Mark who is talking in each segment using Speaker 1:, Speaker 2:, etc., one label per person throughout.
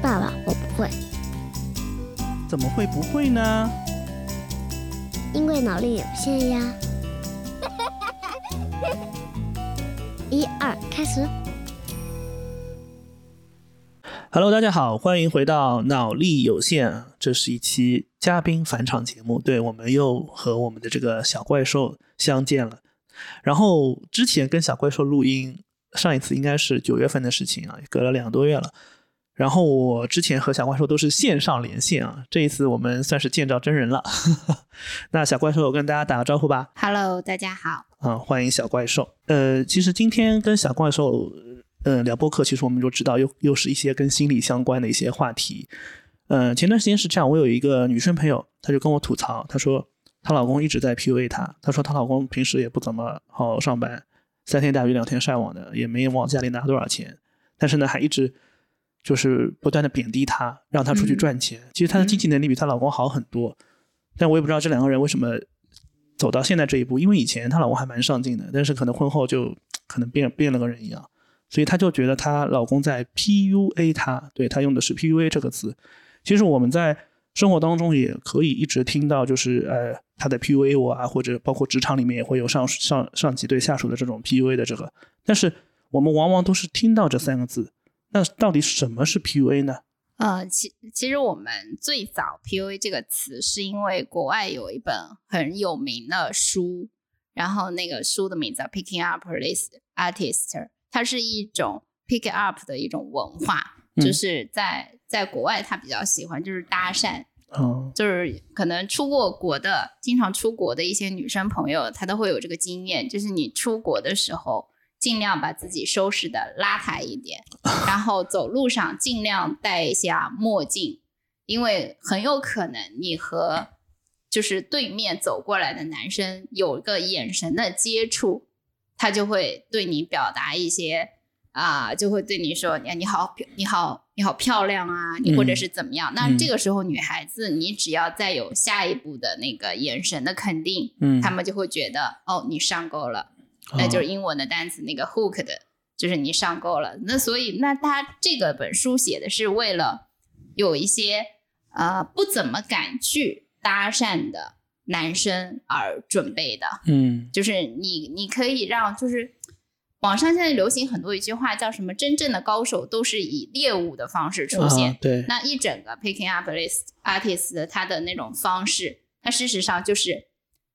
Speaker 1: 爸爸，我不会，
Speaker 2: 怎么会不会呢？
Speaker 1: 因为脑力有限 呀。一二，开始。
Speaker 2: Hello，大家好，欢迎回到脑力有限，这是一期嘉宾返场节目。对，我们又和我们的这个小怪兽相见了。然后之前跟小怪兽录音，上一次应该是九月份的事情啊，隔了两个多月了。然后我之前和小怪兽都是线上连线啊，这一次我们算是见着真人了。 那小怪兽，我跟大家打个招呼吧。
Speaker 3: Hello，大家好。
Speaker 2: 啊、欢迎小怪兽。呃，其实今天跟小怪兽呃聊播客，其实我们就知道又又是一些跟心理相关的一些话题。呃，前段时间是这样，我有一个女生朋友，她就跟我吐槽，她说她老公一直在 PUA 她，她说她老公平时也不怎么好好上班，三天打鱼两天晒网的，也没往家里拿多少钱，但是呢还一直就是不断的贬低她，让她出去
Speaker 3: 嗯
Speaker 2: 赚钱。其实她的经济能力比她老公好很多，但我也不知道这两个人为什么走到现在这一步，因为以前她老公还蛮上进的，但是可能婚后就可能变变了个人一样，所以她就觉得她老公在 PUA 她，对她用的是 PUA 这个词。其实我们在生活当中也可以一直听到，就是呃她在 PUA 我啊，或者包括职场里面也会有上上上级对下属的这种 PUA 的这个，但是我们往往都是听到这三个字。那到底什么是 PUA 呢？
Speaker 3: 呃，其其实我们最早 PUA 这个词是因为国外有一本很有名的书，然后那个书的名字叫《Picking Up List Artist》，它是一种 pick up 的一种文化，
Speaker 2: 嗯
Speaker 3: 就是在在国外他比较喜欢就是搭讪，
Speaker 2: 嗯
Speaker 3: 就是可能出过国的，经常出国的一些女生朋友，她都会有这个经验，就是你出国的时候，尽量把自己收拾的邋遢一 点，然后走路上尽量戴一下墨镜，因为很有可能你和就是对面走过来的男生有一个眼神的接触，他就会对你表达一些。啊，就会对你说，你你好，你好，你好漂亮啊，你或者
Speaker 2: 嗯
Speaker 3: 是怎么样？那
Speaker 2: 嗯
Speaker 3: 这个时候，女孩子你只要再有下一步的那个眼神的肯定，
Speaker 2: 嗯，哦
Speaker 3: 她们就会觉得哦，你上钩了。那就是英文的单词那个 hook 的，就是你上钩了。那所以，那他这个本书写的是为了有一些呃不怎么敢去搭讪的男生而准备的。
Speaker 2: 嗯
Speaker 3: 就是你你可以让就是网上现在流行很多一句话叫什么，真正的高手都是以猎物的方式出现。
Speaker 2: 啊、对，
Speaker 3: 那一整个 picking up list artist 的他的那种方式，他事实上就是，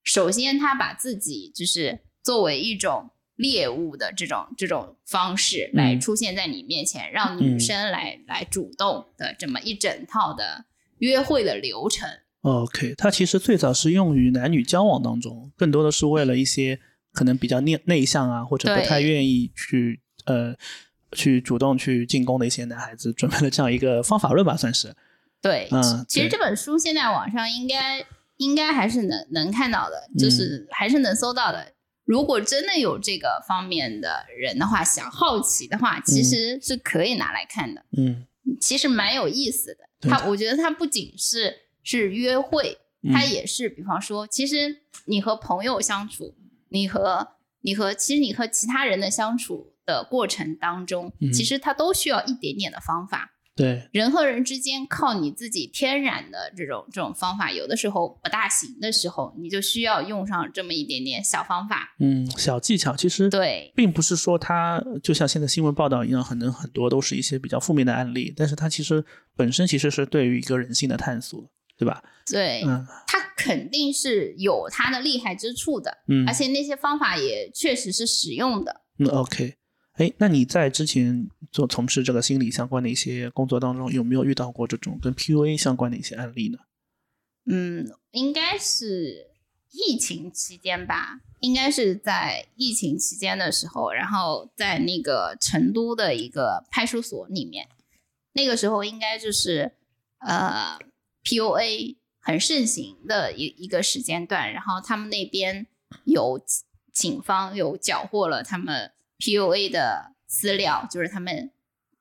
Speaker 3: 首先他把自己就是作为一种猎物的这种这种方式来
Speaker 2: 嗯
Speaker 3: 出现在你面前，让女
Speaker 2: 嗯
Speaker 3: 生来、来主动的这么一整套的约会的流程。
Speaker 2: OK，它其实最早是用于男女交往当中，更多的是为了一些可能比较内内向啊，或者不
Speaker 3: 对
Speaker 2: 太愿意去呃去主动去进攻的一些男孩子，准备了这样一个方法论吧，算是。
Speaker 3: 对，
Speaker 2: 嗯
Speaker 3: 其其实
Speaker 2: 对
Speaker 3: 这本书现在网上应该应该还是能能看到的，
Speaker 2: 嗯
Speaker 3: 就是还是能搜到的。如果真的有这个方面的人的话，想好奇的话，其实是可以拿来看的，
Speaker 2: 嗯，
Speaker 3: 其实蛮有意思的。
Speaker 2: 对
Speaker 3: 它，我觉得它不仅是是约会，
Speaker 2: 嗯
Speaker 3: 它也是，比方说，其实你和朋友相处，你和你和其实你和其他人的相处的过程当中，
Speaker 2: 嗯
Speaker 3: 其实它都需要一点点的方法。
Speaker 2: 对，
Speaker 3: 人和人之间靠你自己天然的这种这种方法，有的时候不大行的时候，你就需要用上这么一点点小方法。
Speaker 2: 嗯，小技巧其实
Speaker 3: 对，
Speaker 2: 并不是说它就像现在新闻报道一样，可能很多都是一些比较负面的案例，但是它其实本身其实是对于一个人性的探索，对吧？
Speaker 3: 对，
Speaker 2: 嗯
Speaker 3: 它肯定是有它的厉害之处的，
Speaker 2: 嗯，
Speaker 3: 而且那些方法也确实是实用的。
Speaker 2: 嗯，OK，哎，那你在之前做从事这个心理相关的一些工作当中，有没有遇到过这种跟 PUA 相关的一些案例呢？
Speaker 3: 嗯，应该是疫情期间吧，应该是在疫情期间的时候，然后在那个成都的一个派出所里面，那个时候应该就是呃 PUA 很盛行的一一个时间段，然后他们那边有警方有缴获了他们 PUA 的资料，就是他们。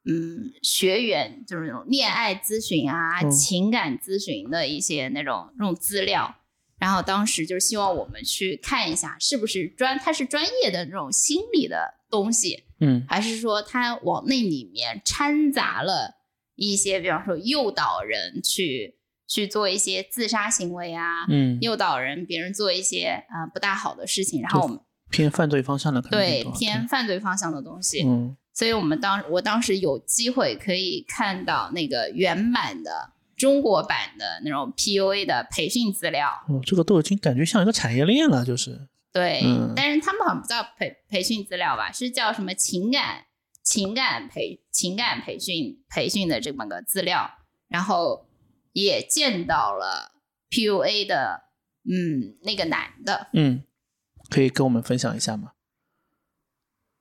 Speaker 3: 嗯，学员就是那种恋爱咨询啊、
Speaker 2: 嗯
Speaker 3: 情感咨询的一些那种那种资料，然后当时就是希望我们去看一下，是不是专它是专业的这种心理的东西，
Speaker 2: 嗯
Speaker 3: 还是说它往那里面掺杂了一一些，比方说诱导人去去做一些自杀行为啊，
Speaker 2: 嗯，
Speaker 3: 诱导人别人做一些啊、呃不大好的事情，然后我们
Speaker 2: 偏犯罪方向的，可能
Speaker 3: 对
Speaker 2: 更多
Speaker 3: 偏，犯罪方向的东西。
Speaker 2: 对嗯
Speaker 3: 所以我们当我当时有机会可以看到那个原版的中国版的那种 PUA 的培训资料，
Speaker 2: 哦，这个都已经感觉像一个产业链了，就是
Speaker 3: 对，
Speaker 2: 嗯
Speaker 3: 但是他们好像不叫培培训资料吧，是叫什么情感情感培情感培训培训的这么个资料，然后也见到了 PUA 的嗯那个男的，
Speaker 2: 嗯，可以跟我们分享一下吗？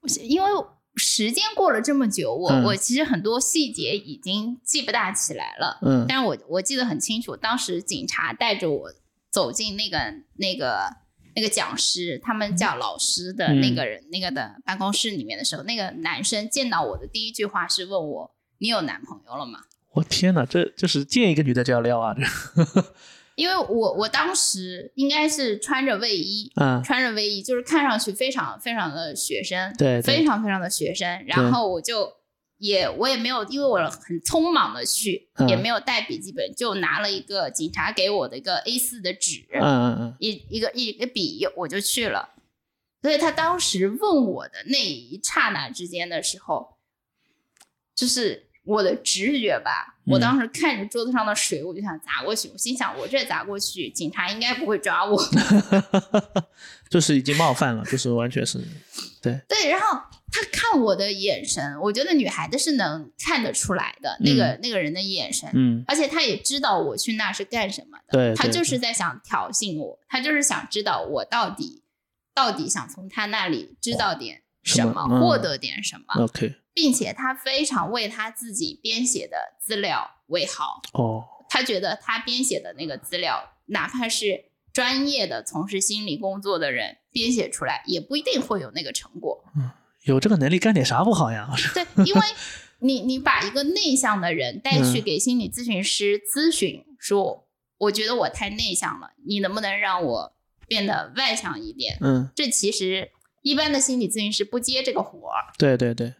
Speaker 3: 我是因为时间过了这么久，我、
Speaker 2: 嗯
Speaker 3: 我其实很多细节已经记不大起来了。
Speaker 2: 嗯
Speaker 3: 但是我我记得很清楚，当时警察带着我走进那个那个那个讲师，他们叫老师的那个人、那个的办公室里面的时候，那个男生见到我的第一句话是问我：“你有男朋友了吗
Speaker 2: 我天哪，这就是见一个女的就要撩 啊，这？”
Speaker 3: 因为我我当时应该是穿着卫衣，
Speaker 2: 啊，
Speaker 3: 穿着卫衣，就是看上去非常非常的学生，
Speaker 2: 对对
Speaker 3: 非常非常的学生。然后我就也我也没有，因为我很匆忙的去，
Speaker 2: 嗯
Speaker 3: 也没有带笔记本，就拿了一个警察给我的一个 A 四的纸，
Speaker 2: 嗯嗯嗯，
Speaker 3: 一一个一个笔，我就去了。所以他当时问我的那一刹那之间的时候，就是我的直觉
Speaker 2: 嗯
Speaker 3: 吧。我当时看着桌子上的水，我就想砸过去。我心想，我这砸过去，警察应该不会抓我。
Speaker 2: 就是已经冒犯了，就是完全是，对，
Speaker 3: 对，然后他看我的眼神，我觉得女孩子是能看得出来的，那个那个人的眼神，
Speaker 2: 嗯，
Speaker 3: 而且他也知道我去那是干什么的，
Speaker 2: 对，
Speaker 3: 他
Speaker 2: 对
Speaker 3: 就是在想挑衅我，他就是想知道我到底到底想从他那里知道点
Speaker 2: 什
Speaker 3: 什
Speaker 2: 么
Speaker 3: 么，
Speaker 2: 嗯
Speaker 3: 获得点什么，
Speaker 2: OK，
Speaker 3: 并且他非常为他自己编写的资料为豪，
Speaker 2: 哦，
Speaker 3: 他觉得他编写的那个资料，哪怕是专业的从事心理工作的人编写出来，也不一定会有那个成果。
Speaker 2: 有这个能力干点啥不好呀？
Speaker 3: 对，因为你 你把一个内向的人带去给心理咨询师咨询，说我觉得我太内向了，你能不能让我变得外向一点？
Speaker 2: 嗯，
Speaker 3: 这其实一般的心理咨询师不接这个活儿，
Speaker 2: 对对对，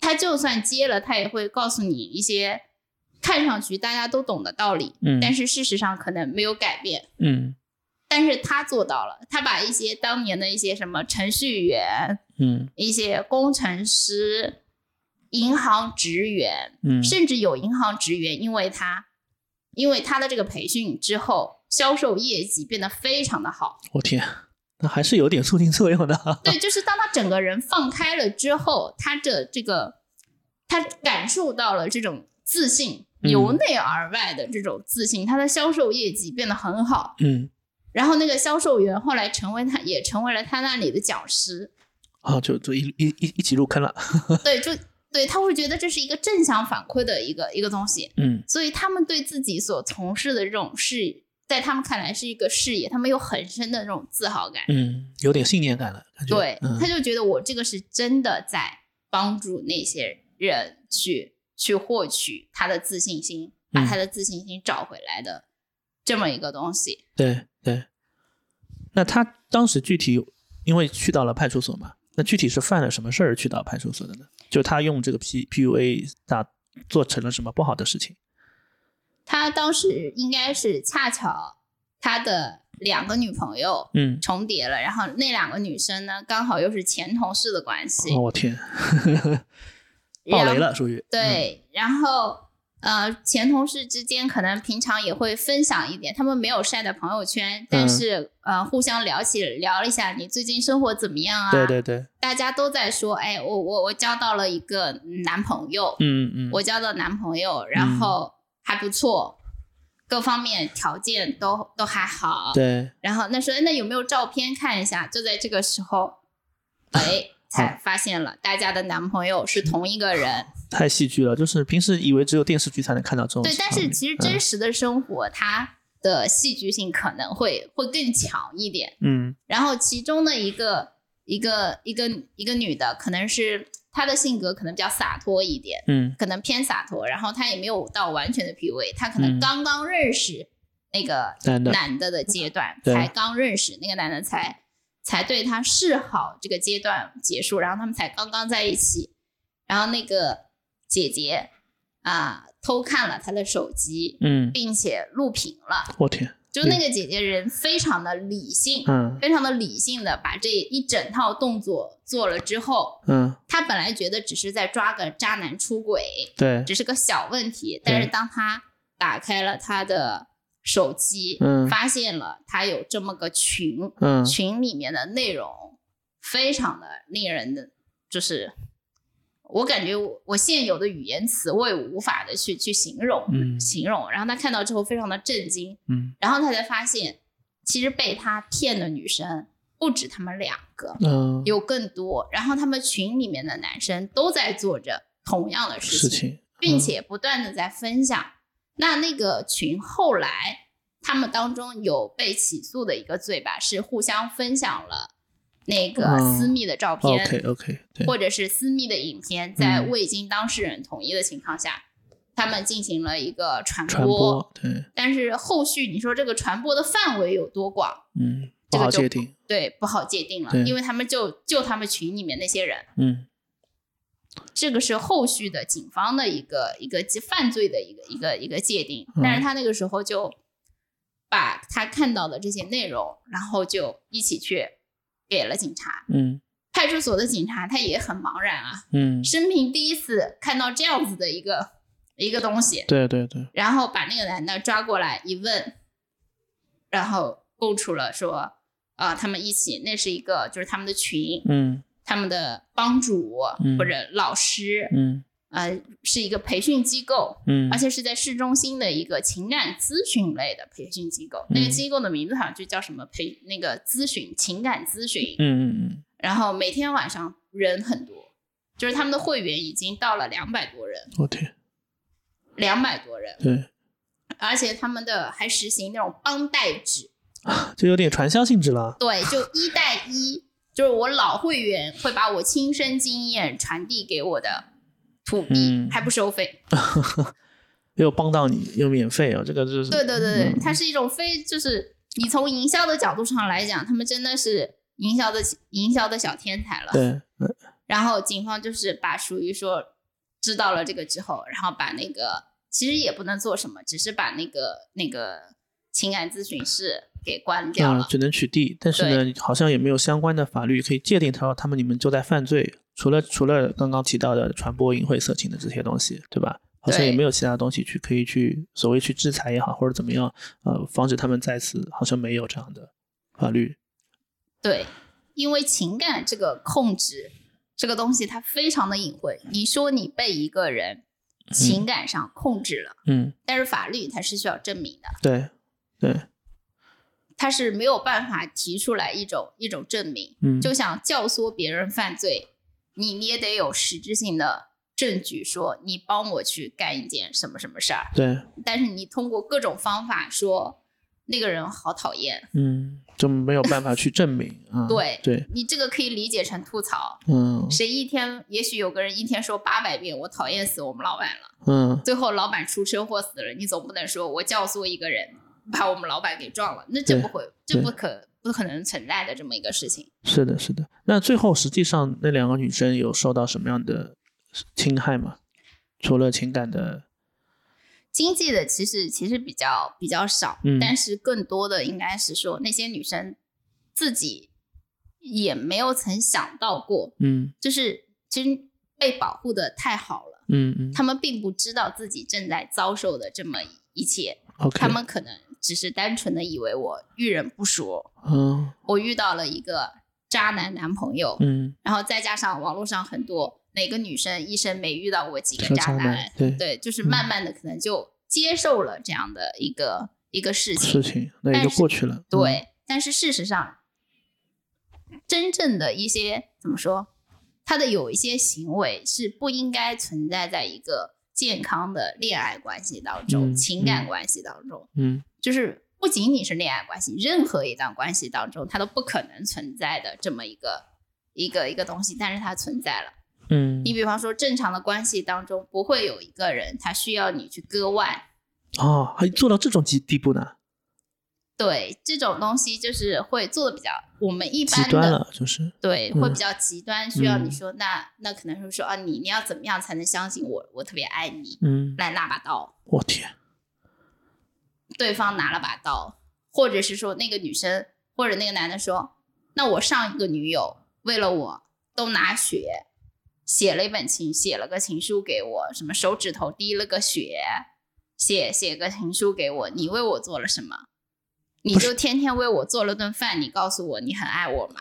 Speaker 3: 他就算接了，他也会告诉你一些看上去大家都懂的道理，
Speaker 2: 嗯
Speaker 3: 但是事实上可能没有改变。
Speaker 2: 嗯
Speaker 3: 但是他做到了，他把一些当年的一些什么程序员、
Speaker 2: 嗯
Speaker 3: 一些工程师、银行职员，
Speaker 2: 嗯，
Speaker 3: 甚至有银行职员因为他，因为他的这个培训之后，销售业绩变得非常的好。
Speaker 2: 我天，那还是有点促进作用的。
Speaker 3: 对，就是当他整个人放开了之后，他的这个，他感受到了这种自信，
Speaker 2: 嗯
Speaker 3: 由内而外的这种自信，他的销售业绩变得很好。
Speaker 2: 嗯，
Speaker 3: 然后那个销售员后来成为他，也成为了他那里的讲 师。
Speaker 2: 啊，就就一一一一起入坑了。
Speaker 3: 对，就对他会觉得这是一个正向反馈的一个一个东西。
Speaker 2: 嗯
Speaker 3: 所以他们对自己所从事的这种事，在他们看来是一个事业，他们有很深的这种自豪感。
Speaker 2: 嗯，有点信念感了，感觉。
Speaker 3: 对，
Speaker 2: 嗯
Speaker 3: 他就觉得我这个是真的在帮助那些人去去获取他的自信心，把
Speaker 2: 嗯
Speaker 3: 他的自信心找回来的这么一个东西。
Speaker 2: 对对。那他当时具体因为去到了派出所嘛，那具体是犯了什么事儿去到派出所的呢？就他用这个 P PUA 打做成了什么不好的事情？
Speaker 3: 他当时应该是恰巧他的两个女朋友
Speaker 2: 嗯，
Speaker 3: 重叠了，然后那两个女生呢，刚好又是前同事的关系，
Speaker 2: 哦，我天，
Speaker 3: 然
Speaker 2: 爆
Speaker 3: 后
Speaker 2: 雷了，属于。嗯
Speaker 3: 对，然后呃，前同事之间可能平常也会分享一点，他们没有晒在朋友圈，但
Speaker 2: 嗯
Speaker 3: 是、呃，互相聊起聊了一下你最近生活怎么样
Speaker 2: 嗯。
Speaker 3: 啊？
Speaker 2: 对对对，
Speaker 3: 大家都在说，哎，我我我交到了一个男朋友，
Speaker 2: 嗯嗯，
Speaker 3: 我交到男朋友，然后还不错，各方面条件都都还好。
Speaker 2: 对，
Speaker 3: 然后那说，哎那有没有照片看一下？就在这个时候，哎，才发现了大家的男朋友是同一个人。
Speaker 2: 太戏剧了，就是平时以为只有电视剧才能看到这种场
Speaker 3: 对，
Speaker 2: 景。
Speaker 3: 但是其实真
Speaker 2: 嗯
Speaker 3: 实的生活，它的戏剧性可能会会更强一点。
Speaker 2: 嗯
Speaker 3: 然后其中的一个一个一个一个女的，可能是她的性格可能比较洒脱一点，
Speaker 2: 嗯
Speaker 3: 可能偏洒脱，然后她也没有到完全的 PUA，她可能
Speaker 2: 嗯
Speaker 3: 刚刚认识那个
Speaker 2: 男的
Speaker 3: 男的的阶段，
Speaker 2: 对
Speaker 3: 才刚认识那个男的才才对他示好这个阶段结束，然后他们才刚刚在一起，然后那个姐姐。啊、偷看了他的手机，
Speaker 2: 嗯，
Speaker 3: 并且录屏了。
Speaker 2: 我天，
Speaker 3: 就那个姐姐人非常的理性，
Speaker 2: 嗯
Speaker 3: 非常的理性的把这一整套动作做了之后，
Speaker 2: 嗯，
Speaker 3: 她本来觉得只是在抓个渣男出轨，
Speaker 2: 对，
Speaker 3: 只是个小问题，但是当她打开了她的手机，
Speaker 2: 嗯
Speaker 3: 发现了她有这么个群，
Speaker 2: 嗯
Speaker 3: 群里面的内容非常的令人的，就是我感觉我我现有的语言词汇无法的去去形容、
Speaker 2: 嗯
Speaker 3: 形容。然后他看到之后非常的震惊，
Speaker 2: 嗯
Speaker 3: 然后他才发现，其实被他骗的女生不止他们两个，
Speaker 2: 嗯，
Speaker 3: 有更多。然后他们群里面的男生都在做着同样的
Speaker 2: 事情，
Speaker 3: 并且不断的在分享。那那个群后来他们当中有被起诉的一个罪吧，是互相分享了那个
Speaker 2: 嗯
Speaker 3: 私密的照片，
Speaker 2: OK OK，对，
Speaker 3: 或者是私密的影片，在
Speaker 2: 嗯
Speaker 3: 未经当事人同意的情况下，他们进行了一个传播。
Speaker 2: 传播，对，
Speaker 3: 但是后续你说这个传播的范围有多广，
Speaker 2: 嗯，不
Speaker 3: 这个
Speaker 2: 好
Speaker 3: 就
Speaker 2: 界定，
Speaker 3: 对，不好界定了
Speaker 2: 对，
Speaker 3: 因为他们就就他们群里面那些人，
Speaker 2: 嗯
Speaker 3: 这个是后续的警方的一个一个犯罪的一个一个一个界定
Speaker 2: 嗯，
Speaker 3: 但是他那个时候就把他看到的这些内容，然后就一起去给了警察。
Speaker 2: 嗯
Speaker 3: 派出所的警察他也很茫然啊，
Speaker 2: 嗯，
Speaker 3: 生平第一次看到这样子的一个一个东西，
Speaker 2: 对对对，
Speaker 3: 然后把那个男的抓过来一问，然后供出了说，啊，他们一起那是一个就是他们的群，
Speaker 2: 嗯
Speaker 3: 他们的帮主
Speaker 2: 嗯
Speaker 3: 或者老师，
Speaker 2: 嗯
Speaker 3: 呃，是一个培训机构，
Speaker 2: 嗯，
Speaker 3: 而且是在市中心的一个情感咨询类的培训机构。那
Speaker 2: 嗯
Speaker 3: 个机构的名字好像就叫什么培那个咨询情感咨询。
Speaker 2: 嗯嗯嗯，
Speaker 3: 然后每天晚上人很多，就是他们的会员已经到了两百多人，
Speaker 2: 我天，
Speaker 3: 两百多人，
Speaker 2: 对，
Speaker 3: 而且他们的还实行那种帮带制，
Speaker 2: 就有点传销性质了，
Speaker 3: 对，就一带一，就是我老会员会把我亲身经验传递给我的土地，
Speaker 2: 嗯
Speaker 3: 还不收费。
Speaker 2: 又帮到你，又免费哦，这个就是，
Speaker 3: 对对对
Speaker 2: 嗯
Speaker 3: 对，它是一种非就是你从营销的角度上来讲，他们真的是营销的营销的小天才了。
Speaker 2: 对，嗯
Speaker 3: 然后警方就是把属于说知道了这个之后，然后把那个其实也不能做什么，只是把那个那个情感咨询室给关掉
Speaker 2: 啊
Speaker 3: 了。
Speaker 2: 只能取缔，但是呢，好像也没有相关的法律可以界定他他们你们就在犯罪，除了除了刚刚提到的传播淫秽色情的这些东西，对吧？好像也
Speaker 3: 对
Speaker 2: 没有其他东西去可以去所谓去制裁也好，或者怎么样，呃，防止他们再次，好像没有这样的法律。
Speaker 3: 对，因为情感这个控制这个东西，它非常的隐晦。你说你被一个人情感上控制了，
Speaker 2: 嗯，
Speaker 3: 但是法律它是需要证明的。
Speaker 2: 对，对，
Speaker 3: 他是没有办法提出来一种一种证明，
Speaker 2: 嗯，
Speaker 3: 就想教唆别人犯罪，你你也得有实质性的证据，说你帮我去干一件什么什么事儿，
Speaker 2: 对，
Speaker 3: 但是你通过各种方法说那个人好讨厌，
Speaker 2: 嗯，就没有办法去证明啊。
Speaker 3: 对
Speaker 2: 对，
Speaker 3: 你这个可以理解成吐槽。
Speaker 2: 嗯
Speaker 3: 谁一天，也许有个人一天说八百遍“我讨厌死我们老板了”，
Speaker 2: 嗯，
Speaker 3: 最后老板出车祸死了，你总不能说我教唆一个人把我们老板给撞了，那这
Speaker 2: 对
Speaker 3: 不会，这
Speaker 2: 对
Speaker 3: 不可不可能存在的这么一个事情。
Speaker 2: 是的，是的。那最后实际上那两个女生有受到什么样的侵害吗？除了情感的，
Speaker 3: 经济的其实其实比较比较少，
Speaker 2: 嗯
Speaker 3: 但是更多的应该是说那些女生自己也没有曾想到过，
Speaker 2: 嗯
Speaker 3: 就是其实被保护的太好了，
Speaker 2: 嗯嗯
Speaker 3: 她们并不知道自己正在遭受的这么一切，
Speaker 2: ，OK，
Speaker 3: 她们可能只是单纯的以为我遇人不淑，
Speaker 2: 嗯
Speaker 3: 我遇到了一个渣男男朋友，
Speaker 2: 嗯，
Speaker 3: 然后再加上网络上很多哪个女生一生没遇到过几个
Speaker 2: 说
Speaker 3: 渣
Speaker 2: 渣
Speaker 3: 男
Speaker 2: 男，，对
Speaker 3: 对，就是慢慢的可能就接受了这样的一个一个事
Speaker 2: 事。
Speaker 3: 情
Speaker 2: 情，那也
Speaker 3: 但
Speaker 2: 就是过去了。嗯
Speaker 3: 对，但是事实上，真正的一些怎么说，他的有一些行为是不应该存在在一个健康的恋爱关系当中、
Speaker 2: 嗯
Speaker 3: 情感
Speaker 2: 嗯
Speaker 3: 关系当中，
Speaker 2: 嗯，
Speaker 3: 就是不仅仅是恋爱关系，任何一段关系当中，它都不可能存在的这么一个一个一个东西，但是它存在了。
Speaker 2: 嗯
Speaker 3: 你
Speaker 2: 嗯，
Speaker 3: 比方说，正常的关系当中，不会有一个人他需要你去割腕，
Speaker 2: 哦，还做到这种级地步呢？
Speaker 3: 对这种东西就是会做的比较，我们一
Speaker 2: 极
Speaker 3: 般
Speaker 2: 端
Speaker 3: 的
Speaker 2: 了，就是
Speaker 3: 对
Speaker 2: 嗯
Speaker 3: 会比较极端，需要你
Speaker 2: 嗯
Speaker 3: 说那那可能是说啊，你你要怎么样才能相信我？我特别爱你，
Speaker 2: 嗯，
Speaker 3: 来拿把刀，
Speaker 2: 我天，
Speaker 3: 对方拿了把刀，或者是说那个女生或者那个男的说，那我上一个女友为了我都拿血写了一本情，写了个情书给我，什么手指头滴了个血，写写个情书给我，你为我做了什么？你
Speaker 2: 不是
Speaker 3: 就天天为我做了顿饭，你告诉我你很爱我吗？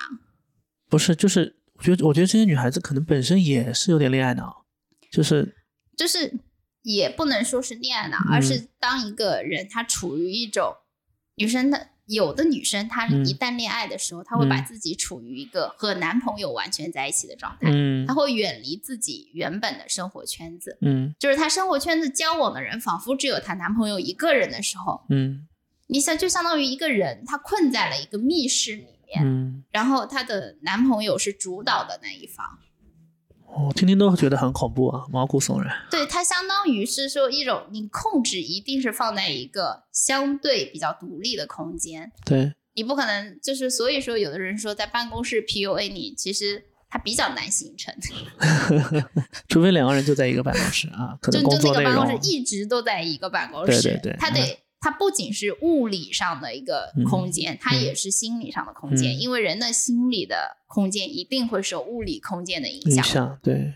Speaker 2: 不是，就是我觉得，我觉得这些女孩子可能本身也是有点恋爱脑，就是
Speaker 3: 就是也不能说是恋爱脑，
Speaker 2: 嗯
Speaker 3: 而是当一个人他处于一种女生的有的女生，她
Speaker 2: 嗯
Speaker 3: 一旦恋爱的时候，她会把
Speaker 2: 嗯
Speaker 3: 自己处于一个和男朋友完全在一起的状态，
Speaker 2: 嗯
Speaker 3: 她会远离自己原本的生活圈子，
Speaker 2: 嗯
Speaker 3: 就是她生活圈子交往的人仿佛只有她男朋友一个人的时候，
Speaker 2: 嗯
Speaker 3: 你想就相当于一个人他困在了一个密室里面，
Speaker 2: 嗯，
Speaker 3: 然后她的男朋友是主导的那一方。
Speaker 2: 我听听都觉得很恐怖啊，毛骨悚然。
Speaker 3: 对，它相当于是说一种你控制一定是放在一个相对比较独立的空间，
Speaker 2: 对，
Speaker 3: 你不可能就是所以说有的人说在办公室 PUA 你，其实它比较难形成，
Speaker 2: 除非两个人就在一个办公室 啊，可
Speaker 3: 就
Speaker 2: 能工
Speaker 3: 就那
Speaker 2: 作
Speaker 3: 个
Speaker 2: 内
Speaker 3: 办公
Speaker 2: 容
Speaker 3: 室一直都在一个办公室，
Speaker 2: 对嗯对对
Speaker 3: 它得。它不仅是物理上的一个空间，它也是心理上的空间，
Speaker 2: 嗯
Speaker 3: 因为人的心理的空间一定会受物理空间的影
Speaker 2: 影
Speaker 3: 响，
Speaker 2: 响，对，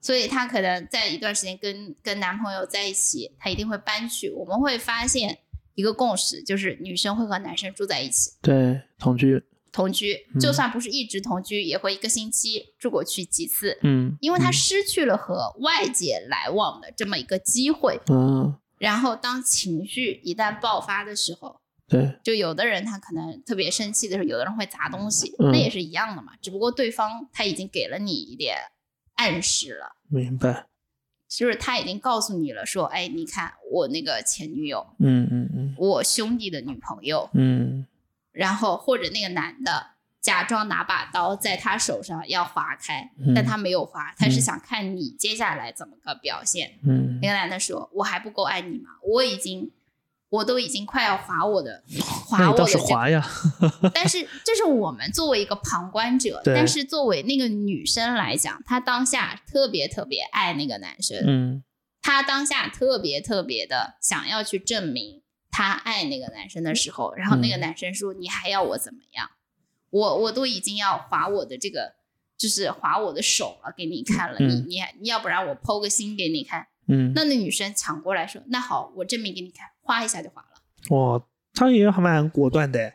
Speaker 3: 所以她可能在一段时间跟跟男朋友在一起，她一定会搬去。我们会发现一个共识，就是女生会和男生住在一起
Speaker 2: 对，同居，
Speaker 3: 同居
Speaker 2: 嗯，
Speaker 3: 就算不是一直同居，也会一个星期住过去几次，
Speaker 2: 嗯，
Speaker 3: 因为她
Speaker 2: 嗯
Speaker 3: 失去了和外界来往的这么一个机会。
Speaker 2: 嗯，
Speaker 3: 然后当情绪一旦爆发的时候，
Speaker 2: 对，
Speaker 3: 就有的人他可能特别生气的时候，有的人会砸东西，
Speaker 2: 嗯
Speaker 3: 那也是一样的嘛，只不过对方他已经给了你一点暗示了。
Speaker 2: 明白，
Speaker 3: 就是他已经告诉你了，说，哎，你看我那个前女友，
Speaker 2: 嗯嗯嗯
Speaker 3: 我兄弟的女朋友，
Speaker 2: 嗯，
Speaker 3: 然后或者那个男的假装拿把刀在他手上要划开，
Speaker 2: 嗯
Speaker 3: 但他没有划，他
Speaker 2: 嗯
Speaker 3: 是想看你接下来怎么个表现。
Speaker 2: 嗯
Speaker 3: 那个男的说，我还不够爱你吗？我已经。我都已经快要划我的，
Speaker 2: 那
Speaker 3: 划
Speaker 2: 你
Speaker 3: 我的
Speaker 2: 倒是
Speaker 3: 这个，
Speaker 2: 滑 呀，
Speaker 3: 但 是这是我们作为一个旁观者，
Speaker 2: 对
Speaker 3: 但是作为那个女生来讲，她当下特别特别爱那个男生，
Speaker 2: 嗯
Speaker 3: 她当下特别特别的想要去证明她爱那个男生的时候，然后那个
Speaker 2: 嗯
Speaker 3: 男生说：“你还要我怎么样？我我都已经要划我的这个，就是划我的手了，给你看了。你
Speaker 2: 嗯
Speaker 3: 你还你要不然我剖个心给你看。”
Speaker 2: 嗯，
Speaker 3: 那那女生抢过来说：“那好，我证明给你看，划一下就划了。
Speaker 2: 哇，他也还蛮果断的，”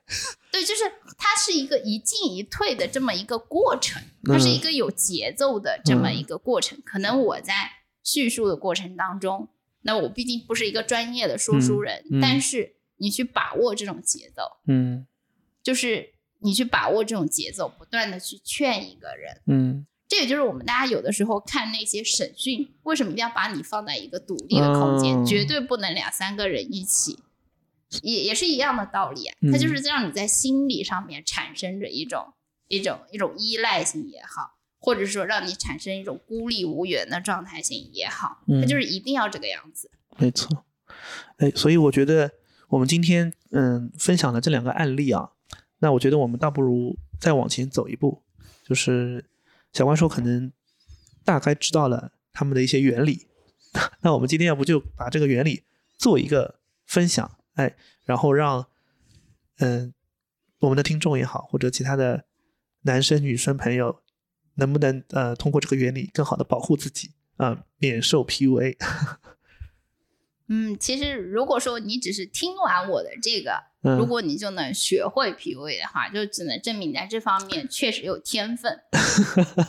Speaker 3: 对，就是它是一个一进一退的这么一个过程，它
Speaker 2: 嗯
Speaker 3: 是一个有节奏的这么一个过程。可能我在叙述的过程当中，那我毕竟不是一个专业的说书人，
Speaker 2: 嗯嗯
Speaker 3: 但是你去把握这种节奏，
Speaker 2: 嗯
Speaker 3: 就是你去把握这种节奏，不断的去劝一个人。
Speaker 2: 嗯，
Speaker 3: 这也就是我们大家有的时候看那些审讯，为什么一定要把你放在一个独立的空间，
Speaker 2: 嗯
Speaker 3: 绝对不能两三个人一起，也也是一样的道理啊。
Speaker 2: 嗯
Speaker 3: 它就是让你在心理上面产生着一种一种一种依赖性也好，或者说让你产生一种孤立无援的状态性也好，
Speaker 2: 嗯
Speaker 3: 它就是一定要这个样子。
Speaker 2: 没错，哎，所以我觉得我们今天嗯分享了这两个案例啊，那我觉得我们倒不如再往前走一步，就是小怪兽可能大概知道了他们的一些原理， 那我们今天要不就把这个原理做一个分享，哎，然后让嗯我们的听众也好，或者其他的男生女生朋友，能不能呃通过这个原理更好的保护自己啊、免受 PUA？
Speaker 3: 嗯，其实如果说你只是听完我的这个，
Speaker 2: 嗯
Speaker 3: 如果你就能学会 PUA 的话，就只能证明你在这方面确实有天 分，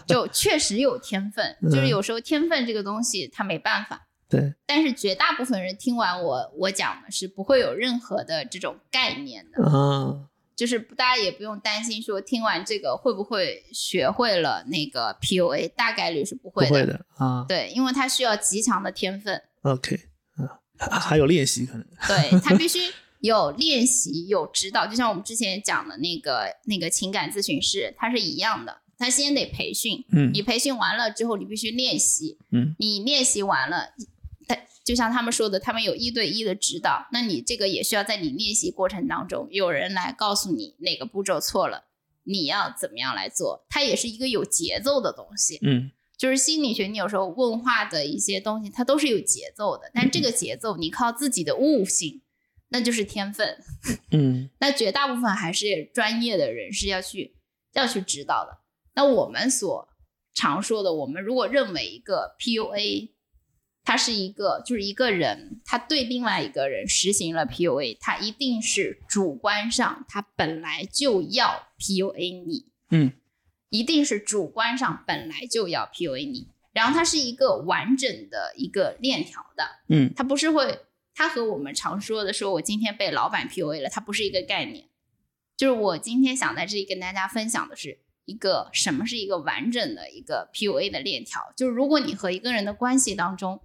Speaker 3: 就确实有天分。就是
Speaker 2: 嗯
Speaker 3: 有时候天分这个东西，它没办法。
Speaker 2: 对，
Speaker 3: 但是绝大部分人听完我我讲的是不会有任何的这种概念的，
Speaker 2: 啊，
Speaker 3: 就是大家也不用担心说听完这个会不会学会了那个 PUA，大概率是不
Speaker 2: 不
Speaker 3: 会的。
Speaker 2: 会的啊。
Speaker 3: 对，因为它需要极强的天分。
Speaker 2: OK，啊，还还有练习可能。
Speaker 3: 对他必须有练习，有指导，就像我们之前讲的那个那个情感咨询师，他是一样的。他先得培训，
Speaker 2: 嗯
Speaker 3: 你培训完了之后，你必须练习，
Speaker 2: 嗯
Speaker 3: 你练习完了，他就像他们说的，他们有一对一的指导，那你这个也需要在你练习过程当中，有人来告诉你哪个步骤错了，你要怎么样来做，它也是一个有节奏的东西。
Speaker 2: 嗯，
Speaker 3: 就是心理学，你有时候问话的一些东西，它都是有节奏的，但这个节奏你靠自己的悟性，那就是天分。
Speaker 2: 嗯
Speaker 3: 那绝大部分还是专业的人士要去要去指导的。那我们所常说的，我们如果认为一个 PUA，它是一个就是一个人他对另外一个人实行了 PUA，他一定是主观上他本来就要 PUA 你，
Speaker 2: 嗯，
Speaker 3: 一定是主观上本来就要 PUA 你，然后它是一个完整的一个链条的，
Speaker 2: 嗯
Speaker 3: 它不是会，它和我们常说的说我今天被老板 PUA 了，它不是一个概念。就是我今天想在这里跟大家分享的是一个什么是一个完整的一个 PUA 的链条。就是如果你和一个人的关系当中，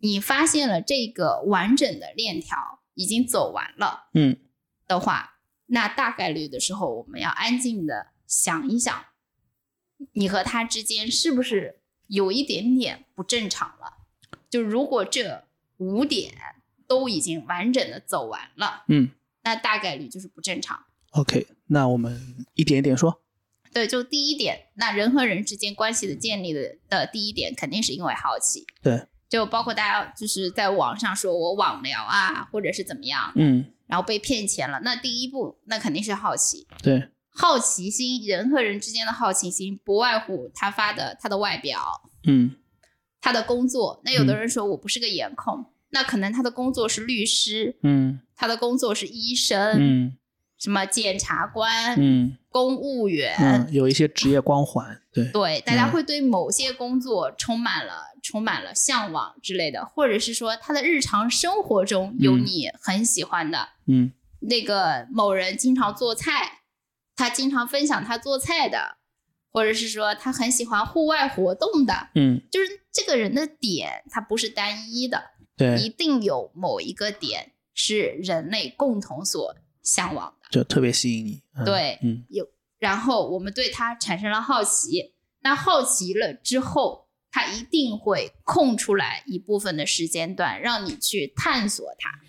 Speaker 3: 你发现了这个完整的链条已经走完了
Speaker 2: 嗯
Speaker 3: 的话，那大概率的时候，我们要安静的想一想，你和他之间是不是有一点点不正常了？就如果这五点都已经完整的走完了，
Speaker 2: 嗯
Speaker 3: 那大概率就是不正常。
Speaker 2: ，OK，那我们一点一点说。
Speaker 3: 对，就第一点，那人和人之间关系的建立的的第一点，肯定是因为好奇。
Speaker 2: 对，
Speaker 3: 就包括大家就是在网上说我网聊啊，或者是怎么样，
Speaker 2: 嗯，
Speaker 3: 然后被骗钱了，那第一步那肯定是好奇。
Speaker 2: 对，
Speaker 3: 好奇心，人和人之间的好奇心，不外乎他发的他的外表、
Speaker 2: 嗯
Speaker 3: 他的工作。那有的人说我不是个颜控，那可能他的工作是律师，
Speaker 2: 嗯
Speaker 3: 他的工作是医生，
Speaker 2: 嗯
Speaker 3: 什么检察官、
Speaker 2: 嗯
Speaker 3: 公务员。
Speaker 2: 嗯，有一些职业光环。对，
Speaker 3: 对，大家
Speaker 2: 嗯
Speaker 3: 会对某些工作充满了、充满了向往之类的，或者是说他的日常生活中有
Speaker 2: 嗯
Speaker 3: 你很喜欢的、
Speaker 2: 嗯
Speaker 3: 那个某人经常做菜，他经常分享他做菜的，或者是说他很喜欢户外活动的，
Speaker 2: 嗯，
Speaker 3: 就是这个人的点，他不是单一的，一
Speaker 2: 对，
Speaker 3: 定有某一个点是人类共同所向往的。
Speaker 2: 就特别吸引你。嗯
Speaker 3: 对
Speaker 2: 嗯
Speaker 3: 然后我们对他产生了好奇，那好奇了之后，他一定会空出来一部分的时间段让你去探索它。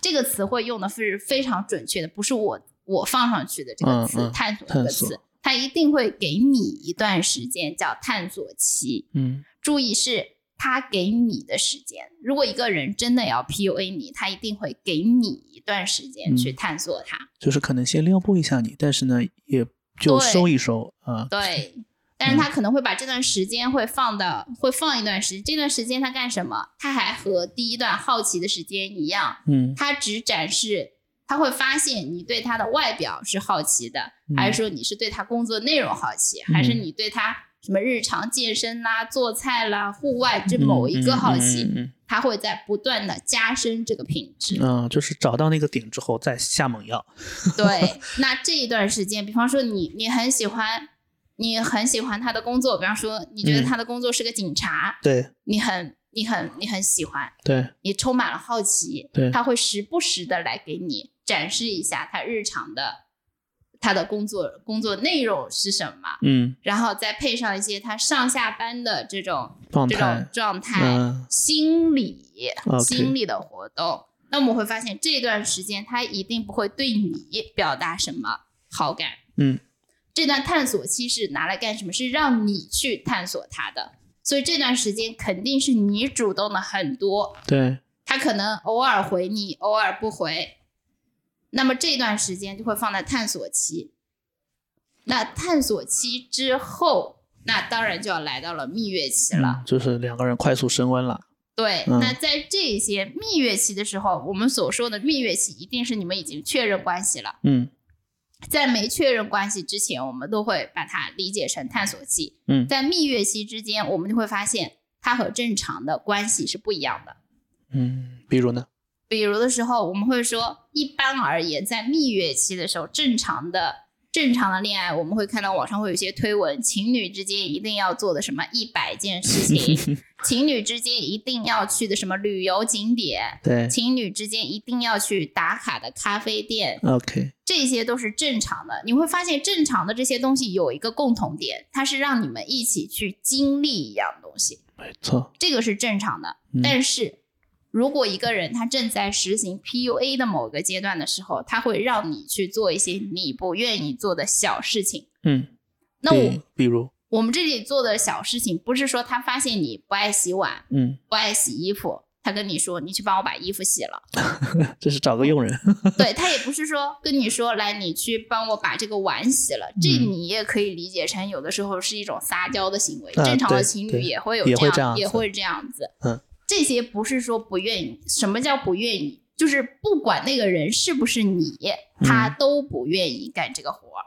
Speaker 3: 这个词汇用的是非常准确的，不是我我放上去的这个词“
Speaker 2: 嗯嗯
Speaker 3: 探索”这个
Speaker 2: 探索
Speaker 3: 词，它一定会给你一段时间叫探索期。
Speaker 2: 嗯
Speaker 3: 注意是他给你的时间。如果一个人真的要 PUA 你，他一定会给你一段时间
Speaker 2: 嗯
Speaker 3: 去探索它。
Speaker 2: 就是可能先撩拨一下你，但是呢，也就
Speaker 3: 对
Speaker 2: 收一收啊。
Speaker 3: 对，但是他
Speaker 2: 嗯
Speaker 3: 可能会把这段时间会放到，会放一段时间。这段时间他干什么？他还和第一段好奇的时间一样，
Speaker 2: 嗯
Speaker 3: 他只展示。他会发现你对他的外表是好奇的，
Speaker 2: 嗯
Speaker 3: 还是说你是对他工作内容好奇，还是你对他什么日常健身啦、做菜啦、户外这某一个好奇？
Speaker 2: 嗯嗯嗯嗯嗯嗯
Speaker 3: 它会在不断的加深这个品质。
Speaker 2: 嗯，就是找到那个点之后再下猛药。
Speaker 3: 对，那这一段时间，比方说你你很喜欢，你很喜欢他的工作，比方说你觉得
Speaker 2: 嗯
Speaker 3: 他的工作是个警察，
Speaker 2: 对
Speaker 3: 你很你很你很喜欢，
Speaker 2: 对
Speaker 3: 你充满了好奇，
Speaker 2: 对
Speaker 3: 他会时不时的来给你展示一下他日常的他的工作工作内容是什么。
Speaker 2: 嗯，
Speaker 3: 然后再配上一些他上下班的这种
Speaker 2: 状
Speaker 3: 这种
Speaker 2: 态，
Speaker 3: 状态，
Speaker 2: 嗯
Speaker 3: 心理
Speaker 2: OK
Speaker 3: 心理的活动。那我们会发现这段时间他一定不会对你表达什么好感。
Speaker 2: 嗯，
Speaker 3: 这段探索期是拿来干什么？是让你去探索他的。所以这段时间肯定是你主动的很多，
Speaker 2: 对，
Speaker 3: 他可能偶尔回你，偶尔不回。那么这段时间就会放在探索期。那探索期之后，那当然就要来到了蜜月期了。
Speaker 2: 嗯就是两个人快速升温了。
Speaker 3: 对，
Speaker 2: 嗯
Speaker 3: 那在这些蜜月期的时候，我们所说的蜜月期，一定是你们已经确认关系了。
Speaker 2: 嗯
Speaker 3: 在没确认关系之前，我们都会把它理解成探索期。
Speaker 2: 嗯
Speaker 3: 在蜜月期之间，我们就会发现它和正常的关系是不一样的。
Speaker 2: 嗯，比如呢？
Speaker 3: 比如的时候，我们会说，一般而言，在蜜月期的时候，正常的正常的恋爱，我们会看到网上会有一些推文，情侣之间一定要做的什么一百件 事情，情侣之间一定要去的什么旅游景点，
Speaker 2: 对
Speaker 3: 情侣之间一定要去打卡的咖啡店，
Speaker 2: ，OK，
Speaker 3: 这些都是正常的。你会发现，正常的这些东西有一个共同点，它是让你们一起去经历一样东西，
Speaker 2: 没错。
Speaker 3: 这个是正常的
Speaker 2: 嗯。
Speaker 3: 但是如果一个人他正在实行 PUA 的某个阶段的时候，他会让你去做一些你不愿意做的小事情。
Speaker 2: 嗯，
Speaker 3: 那我
Speaker 2: 比比如，
Speaker 3: 我们这里做的小事情，不是说他发现你不爱洗碗、
Speaker 2: 嗯，
Speaker 3: 不爱洗衣服，他跟你说你去帮我把衣服洗了。
Speaker 2: 这是找个佣人，
Speaker 3: 对他也不是说跟你说来你去帮我把这个碗洗了，这
Speaker 2: 嗯
Speaker 3: 你也可以理解成有的时候是一种撒娇的行为。
Speaker 2: 啊
Speaker 3: 正常的
Speaker 2: 对
Speaker 3: 情侣
Speaker 2: 对
Speaker 3: 也会有
Speaker 2: 也会
Speaker 3: 这
Speaker 2: 这样
Speaker 3: 也
Speaker 2: 子
Speaker 3: 会这样子。
Speaker 2: 嗯，
Speaker 3: 这些不是说不愿意，什么叫不愿意？就是不管那个人是不是你，他都不愿意干这个活儿。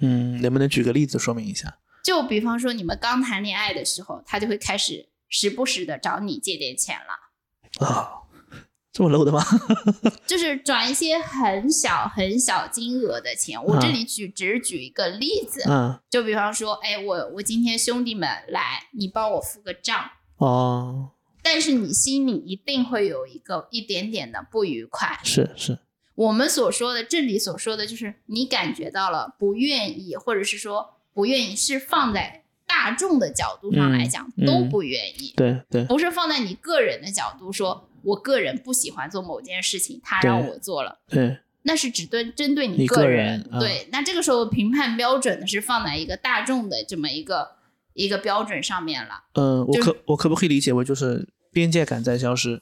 Speaker 2: 嗯， 能不能举个例子说明一下？
Speaker 3: 就比方说你们刚谈恋爱的时候，他就会开始时不时的找你借点钱了。
Speaker 2: 啊、这么 low 的吗？
Speaker 3: 就是转一些很小很小金额的钱。我
Speaker 2: 啊
Speaker 3: 这里举只举一个例子，
Speaker 2: 嗯，
Speaker 3: 就比方说，哎，我我今天兄弟们来，你帮我付个账，
Speaker 2: 哦，
Speaker 3: 但是你心里一定会有一个一点点的不愉快。
Speaker 2: 是是，
Speaker 3: 我们所说的这里所说的就是你感觉到了不愿意，或者是说不愿意，是放在大众的角度上来讲、
Speaker 2: 嗯
Speaker 3: 都
Speaker 2: 嗯
Speaker 3: 不愿意，
Speaker 2: 对对，
Speaker 3: 不是放在你个人的角度说，我个人不喜欢做某件事情，他
Speaker 2: 对
Speaker 3: 让我做了。
Speaker 2: 对，
Speaker 3: 那是只对针对你
Speaker 2: 你
Speaker 3: 个
Speaker 2: 个
Speaker 3: 人，
Speaker 2: 人啊
Speaker 3: 对。那这个时候评判标准呢是放在一个大众的这么一个一个标准上面了。
Speaker 2: 嗯、我
Speaker 3: 就
Speaker 2: 可我可不可以理解为就是边界感在消失？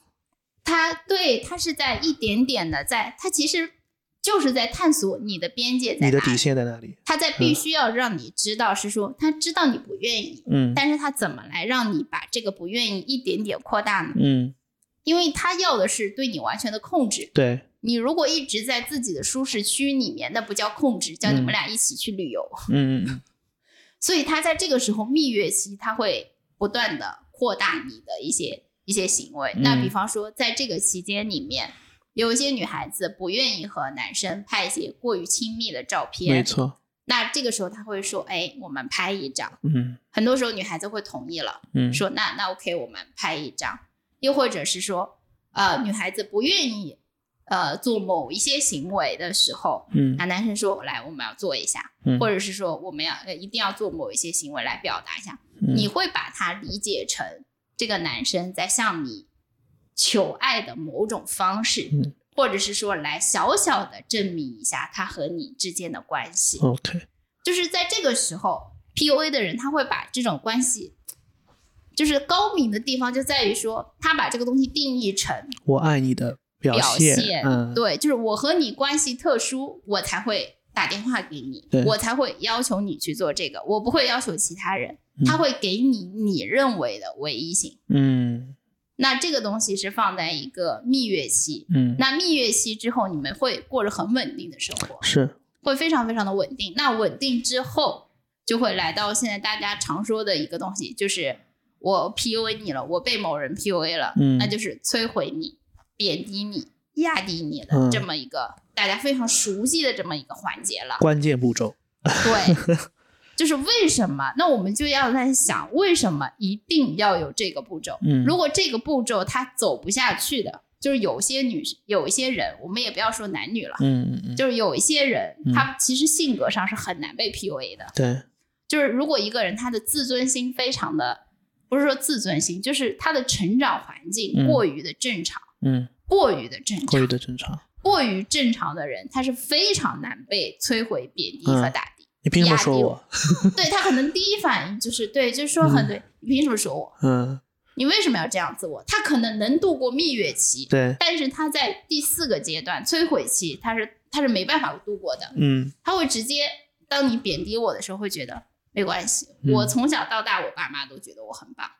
Speaker 3: 他对他是在一点点的在，他其实就是在探索你的边界在
Speaker 2: 你
Speaker 3: 哪
Speaker 2: 的
Speaker 3: 里，
Speaker 2: 底嗯线在哪里？
Speaker 3: 他在必须要让你知道是说他知道你不愿意，
Speaker 2: 嗯
Speaker 3: 但是他怎么来让你把这个不愿意一点点扩大呢？
Speaker 2: 嗯，
Speaker 3: 因为他要的是对你完全的控制。
Speaker 2: 对，
Speaker 3: 你如果一直在自己的舒适区里面，那不叫控制，叫你们
Speaker 2: 嗯
Speaker 3: 俩一起去旅游。
Speaker 2: 嗯嗯嗯
Speaker 3: 所以他在这个时候蜜月期，他会不断的扩大你的一些一些行为。
Speaker 2: 嗯
Speaker 3: 那比方说，在这个期间里面，有一些女孩子不愿意和男生拍一些过于亲密的照
Speaker 2: 没
Speaker 3: 片，
Speaker 2: 错，
Speaker 3: 那这个时候他会说：“哎，我们拍一张。
Speaker 2: 嗯”
Speaker 3: 很多时候女孩子会同意了，
Speaker 2: 嗯，
Speaker 3: 说：“那那 OK，我们拍一张。”又或者是说，呃，女孩子不愿意呃做某一些行为的时候，
Speaker 2: 嗯
Speaker 3: 那男生说：“来，我们要做一下。”
Speaker 2: 嗯，
Speaker 3: 或者是说我们要呃一定要做某一些行为来表达一下，
Speaker 2: 嗯
Speaker 3: 你会把它理解成这个男生在向你求爱的某种方式，
Speaker 2: 嗯
Speaker 3: 或者是说来小小的证明一下他和你之间的关系。
Speaker 2: OK，
Speaker 3: 就是在这个时候，PUA 的人他会把这种关系，就是高明的地方就在于说，他把这个东西定义成
Speaker 2: 我爱你的表
Speaker 3: 现，
Speaker 2: 嗯
Speaker 3: 对，就是我和你关系特殊，我才会打电话给你
Speaker 2: 对，
Speaker 3: 我才会要求你去做这个，我不会要求其他人
Speaker 2: 嗯，
Speaker 3: 他会给你你认为的唯一性。
Speaker 2: 嗯
Speaker 3: 那这个东西是放在一个蜜月期，
Speaker 2: 嗯，
Speaker 3: 那蜜月期之后，你们会过着很稳定的生活，
Speaker 2: 是
Speaker 3: 会非常非常的稳定。那稳定之后，就会来到现在大家常说的一个东西，就是我 PUA 你了，我被某人 PUA 了，
Speaker 2: 嗯
Speaker 3: 那就是摧毁你、贬低你、压低你的
Speaker 2: 嗯。
Speaker 3: 这么一个、大家非常熟悉的这么一个环节了
Speaker 2: 关键步骤。
Speaker 3: 对，就是为什么？那我们就要在想，为什么一定要有这个步骤？
Speaker 2: 嗯
Speaker 3: 如果这个步骤它走不下去的，就是有些女、有一些人，我们也不要说男女了，
Speaker 2: 嗯嗯嗯，
Speaker 3: 就是有一些人，
Speaker 2: 嗯
Speaker 3: 他其实性格上是很难被 PUA 的。
Speaker 2: 对，
Speaker 3: 就是如果一个人他的自尊心非常的，不是说自尊心，就是他的成长环境
Speaker 2: 嗯
Speaker 3: 过于的正常，
Speaker 2: 嗯，
Speaker 3: 过于的正
Speaker 2: 过于
Speaker 3: 常，
Speaker 2: 的正常。
Speaker 3: 过于正常的人，他是非常难被摧毁、贬低和
Speaker 2: 嗯
Speaker 3: 打低。
Speaker 2: 你凭什么
Speaker 3: 压
Speaker 2: 说
Speaker 3: 低
Speaker 2: 我？
Speaker 3: 对他可能第一反应就是对，就是说很对，你凭什么说我？
Speaker 2: 嗯，
Speaker 3: 你为什么要这样子我？他可能能度过蜜月期，
Speaker 2: 对，
Speaker 3: 但是他在第四个阶段摧毁期，他是他是没办法度过的。
Speaker 2: 嗯
Speaker 3: 他会直接当你贬低我的时候，会觉得没关系。
Speaker 2: 嗯
Speaker 3: 我从小到大，我爸妈都觉得我很 棒，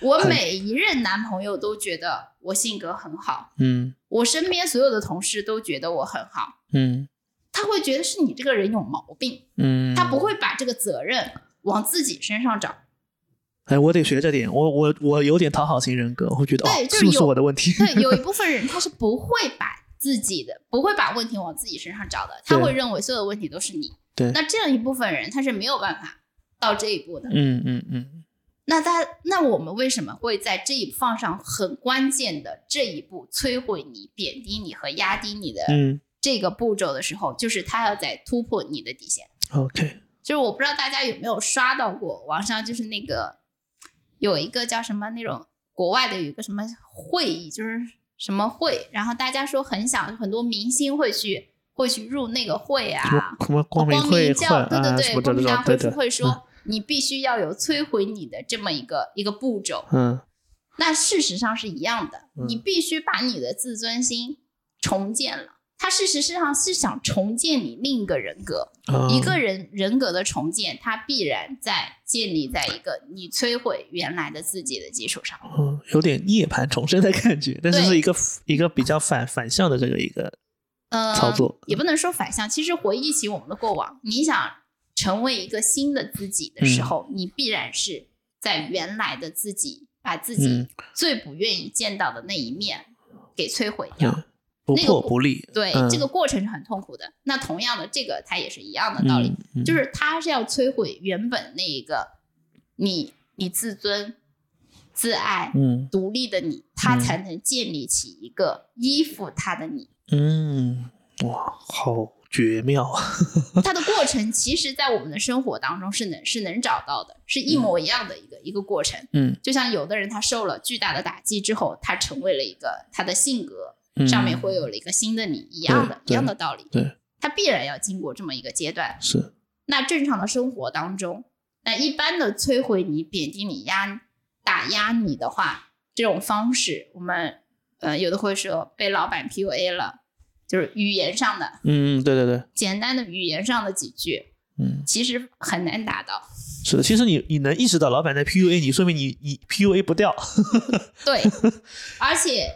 Speaker 3: 我每一任男朋友都觉得我性格很好，
Speaker 2: 嗯
Speaker 3: 我身边所有的同事都觉得我很好。
Speaker 2: 嗯
Speaker 3: 他会觉得是你这个人有毛病，
Speaker 2: 嗯，
Speaker 3: 他不。会把这个责任往自己身上找。
Speaker 2: 哎，我得学着点，我我我有点讨好型人格，我会觉得哦
Speaker 3: 对，就是
Speaker 2: 是不是
Speaker 3: 有
Speaker 2: 我的问 题？
Speaker 3: 对，有一部分人他是不会把自己的不会把问题往自己身上找的，他
Speaker 2: 对
Speaker 3: 会认为所有的问题都是你。
Speaker 2: 对
Speaker 3: 那这样一部分人他是没有办法到这一步的。
Speaker 2: 嗯嗯嗯
Speaker 3: 那他，那我们为什么会在这一放上很关键的这一步摧毁你、贬低你和压低你的
Speaker 2: 嗯
Speaker 3: 这个步骤的时候，就是他要在突破你的底线。
Speaker 2: ，OK，
Speaker 3: 就是我不知道大家有没有刷到过网上，就是那个有一个叫什么那种国外的有一个什么会议，就是什么会，然后大家说很想很多明星会去会去入那个会啊，
Speaker 2: 什么什么光明会
Speaker 3: 教，
Speaker 2: 换
Speaker 3: 对
Speaker 2: 啊
Speaker 3: 对
Speaker 2: 什
Speaker 3: 对，
Speaker 2: 么这
Speaker 3: 光明
Speaker 2: 种
Speaker 3: 教
Speaker 2: 对
Speaker 3: 会
Speaker 2: 对，嗯
Speaker 3: 会说你必须要有摧毁你的这么一个一个步骤。
Speaker 2: 嗯
Speaker 3: 那事实上是一样的，
Speaker 2: 嗯
Speaker 3: 你必须把你的自尊心重建了。他事实上是想重建你另一个人格，
Speaker 2: 嗯，
Speaker 3: 一个人人格的重建，它必然在建立在一个你摧毁原来的自己的基础上。
Speaker 2: 嗯，有点涅槃重生的感觉，但是
Speaker 3: 对
Speaker 2: 是一个一个比较反反向的这个一个，
Speaker 3: 呃，
Speaker 2: 操作
Speaker 3: 也不能说反向，其实回忆起我们的过往，你想成为一个新的自己
Speaker 2: 嗯
Speaker 3: 的时候，你必然是在原来的自己把自己
Speaker 2: 嗯
Speaker 3: 最不愿意见到的那一面给摧毁掉。
Speaker 2: 嗯，不
Speaker 3: 那个
Speaker 2: 破
Speaker 3: 不
Speaker 2: 不立，
Speaker 3: 对，
Speaker 2: 嗯
Speaker 3: 这个过程是很痛苦的。那同样的，这个它也是一样的道理，
Speaker 2: 嗯嗯
Speaker 3: 就是它是要摧毁原本那一个你你自尊、自爱、
Speaker 2: 嗯
Speaker 3: 独立的你，它
Speaker 2: 嗯
Speaker 3: 才能建立起一个依附它的你。
Speaker 2: 嗯，哇，好绝妙啊！
Speaker 3: 它的过程，其实，在我们的生活当中是能是能找到的，是一模一样的一个、一个过程。
Speaker 2: 嗯，
Speaker 3: 就像有的人他受了巨大的打击之后，他成为了一个他的性格
Speaker 2: 嗯
Speaker 3: 上面会有了一个新的你一样的、
Speaker 2: 对
Speaker 3: 一样的道理。
Speaker 2: 对，
Speaker 3: 他必然要经过这么一个阶段。
Speaker 2: 是
Speaker 3: 那正常的生活当中，那一般的摧毁你、贬低你、压打压你的话，这种方式，我们呃有的会说被老板 PUA 了，就是语言上的
Speaker 2: 嗯嗯，对对对，
Speaker 3: 简单的语言上的几句，
Speaker 2: 嗯，
Speaker 3: 其实很难达到。
Speaker 2: 是的。其实你你能意识到老板在 PUA 你，说明你你 PUA 不掉。
Speaker 3: 对，而且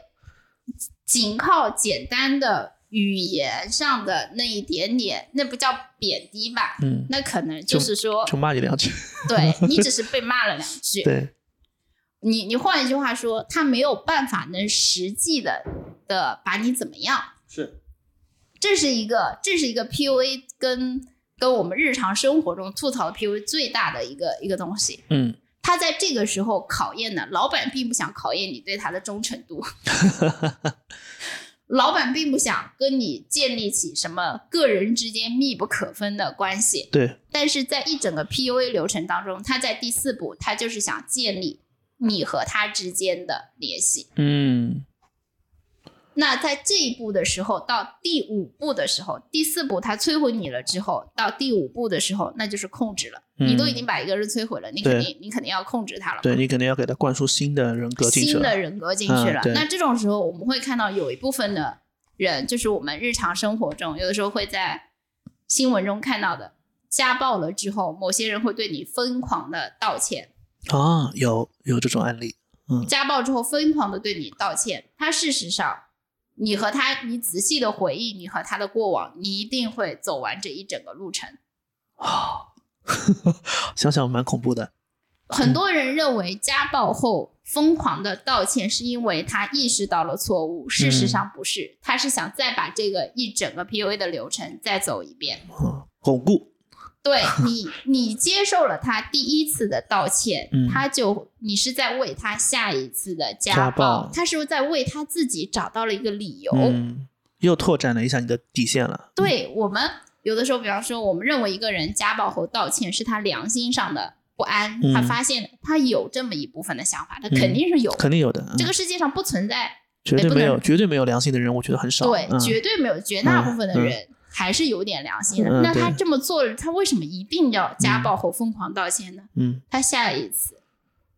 Speaker 3: 仅靠简单的语言上的那一点点，那不叫贬低吧？
Speaker 2: 嗯，
Speaker 3: 那可能
Speaker 2: 就
Speaker 3: 就是说，
Speaker 2: 就骂你两句。
Speaker 3: 对你只是被骂了两句。
Speaker 2: 对，
Speaker 3: 你你换一句话说，他没有办法能实际的的把你怎么样。
Speaker 2: 是，
Speaker 3: 这是一个这是一个 PUA 跟跟我们日常生活中吐槽 PUA 最大的一个一个东西。
Speaker 2: 嗯，
Speaker 3: 他在这个时候考验的，老板并不想考验你对他的忠诚度， 老板并不想跟你建立起什么个人之间密不可分的关系。
Speaker 2: 对，
Speaker 3: 但是在一整个 PUA 流程当中，他在第四步，他就是想建立你和他之间的联系。
Speaker 2: 嗯
Speaker 3: 那在这一步的时候，到第五步的时候，第四步他摧毁你了之后，到第五步的时候，那就是控制了。
Speaker 2: 嗯
Speaker 3: 你都已经把一个人摧毁了，你肯
Speaker 2: 对
Speaker 3: 定你肯定要控制他了嘛。
Speaker 2: 对你肯定要给他灌输新的人格进去
Speaker 3: 新
Speaker 2: 了。
Speaker 3: 的人格进去
Speaker 2: 嗯。
Speaker 3: 了
Speaker 2: 对
Speaker 3: 那这种时候，我们会看到有一部分的人，就是我们日常生活中，有的时候会在新闻中看到的，家暴了之后，某些人会对你疯狂的道歉，
Speaker 2: 啊，有有这种案例。
Speaker 3: 家暴之后疯狂的对你道歉。他事实上，你和他，你仔细的回忆你和他的过往，你一定会走完这一整个路程。
Speaker 2: 想想蛮恐怖的。
Speaker 3: 很多人认为家暴后疯狂的道歉是因为他意识到了错误，事
Speaker 2: 嗯
Speaker 3: 实上不是，他是想再把这个一整个 PUA 的流程再走一遍。
Speaker 2: 嗯，巩固。
Speaker 3: 对你，你接受了他第一次的道歉，
Speaker 2: 嗯
Speaker 3: 他就你是在为他下一次的家暴，
Speaker 2: 家暴
Speaker 3: 他是在为他自己找到了一个理由。
Speaker 2: 嗯，又拓展了一下你的底线了。
Speaker 3: 哦对我们有的时候，比方说，我们认为一个人家暴后道歉是他良心上的不安，
Speaker 2: 嗯
Speaker 3: 他发现他有这么一部分的想法，他肯定是有的。
Speaker 2: 肯定有的，嗯
Speaker 3: 这个世界上不存在，
Speaker 2: 绝对
Speaker 3: 不
Speaker 2: 没
Speaker 3: 能
Speaker 2: 有，绝对没有良心的人，我觉得很少。
Speaker 3: 对，
Speaker 2: 嗯
Speaker 3: 绝对没有，绝大部分的
Speaker 2: 嗯
Speaker 3: 人还是有点良心的。
Speaker 2: 嗯
Speaker 3: 那他
Speaker 2: 对
Speaker 3: 这么做了，他为什么一定要家暴后疯狂道歉呢？
Speaker 2: 嗯，
Speaker 3: 他下一次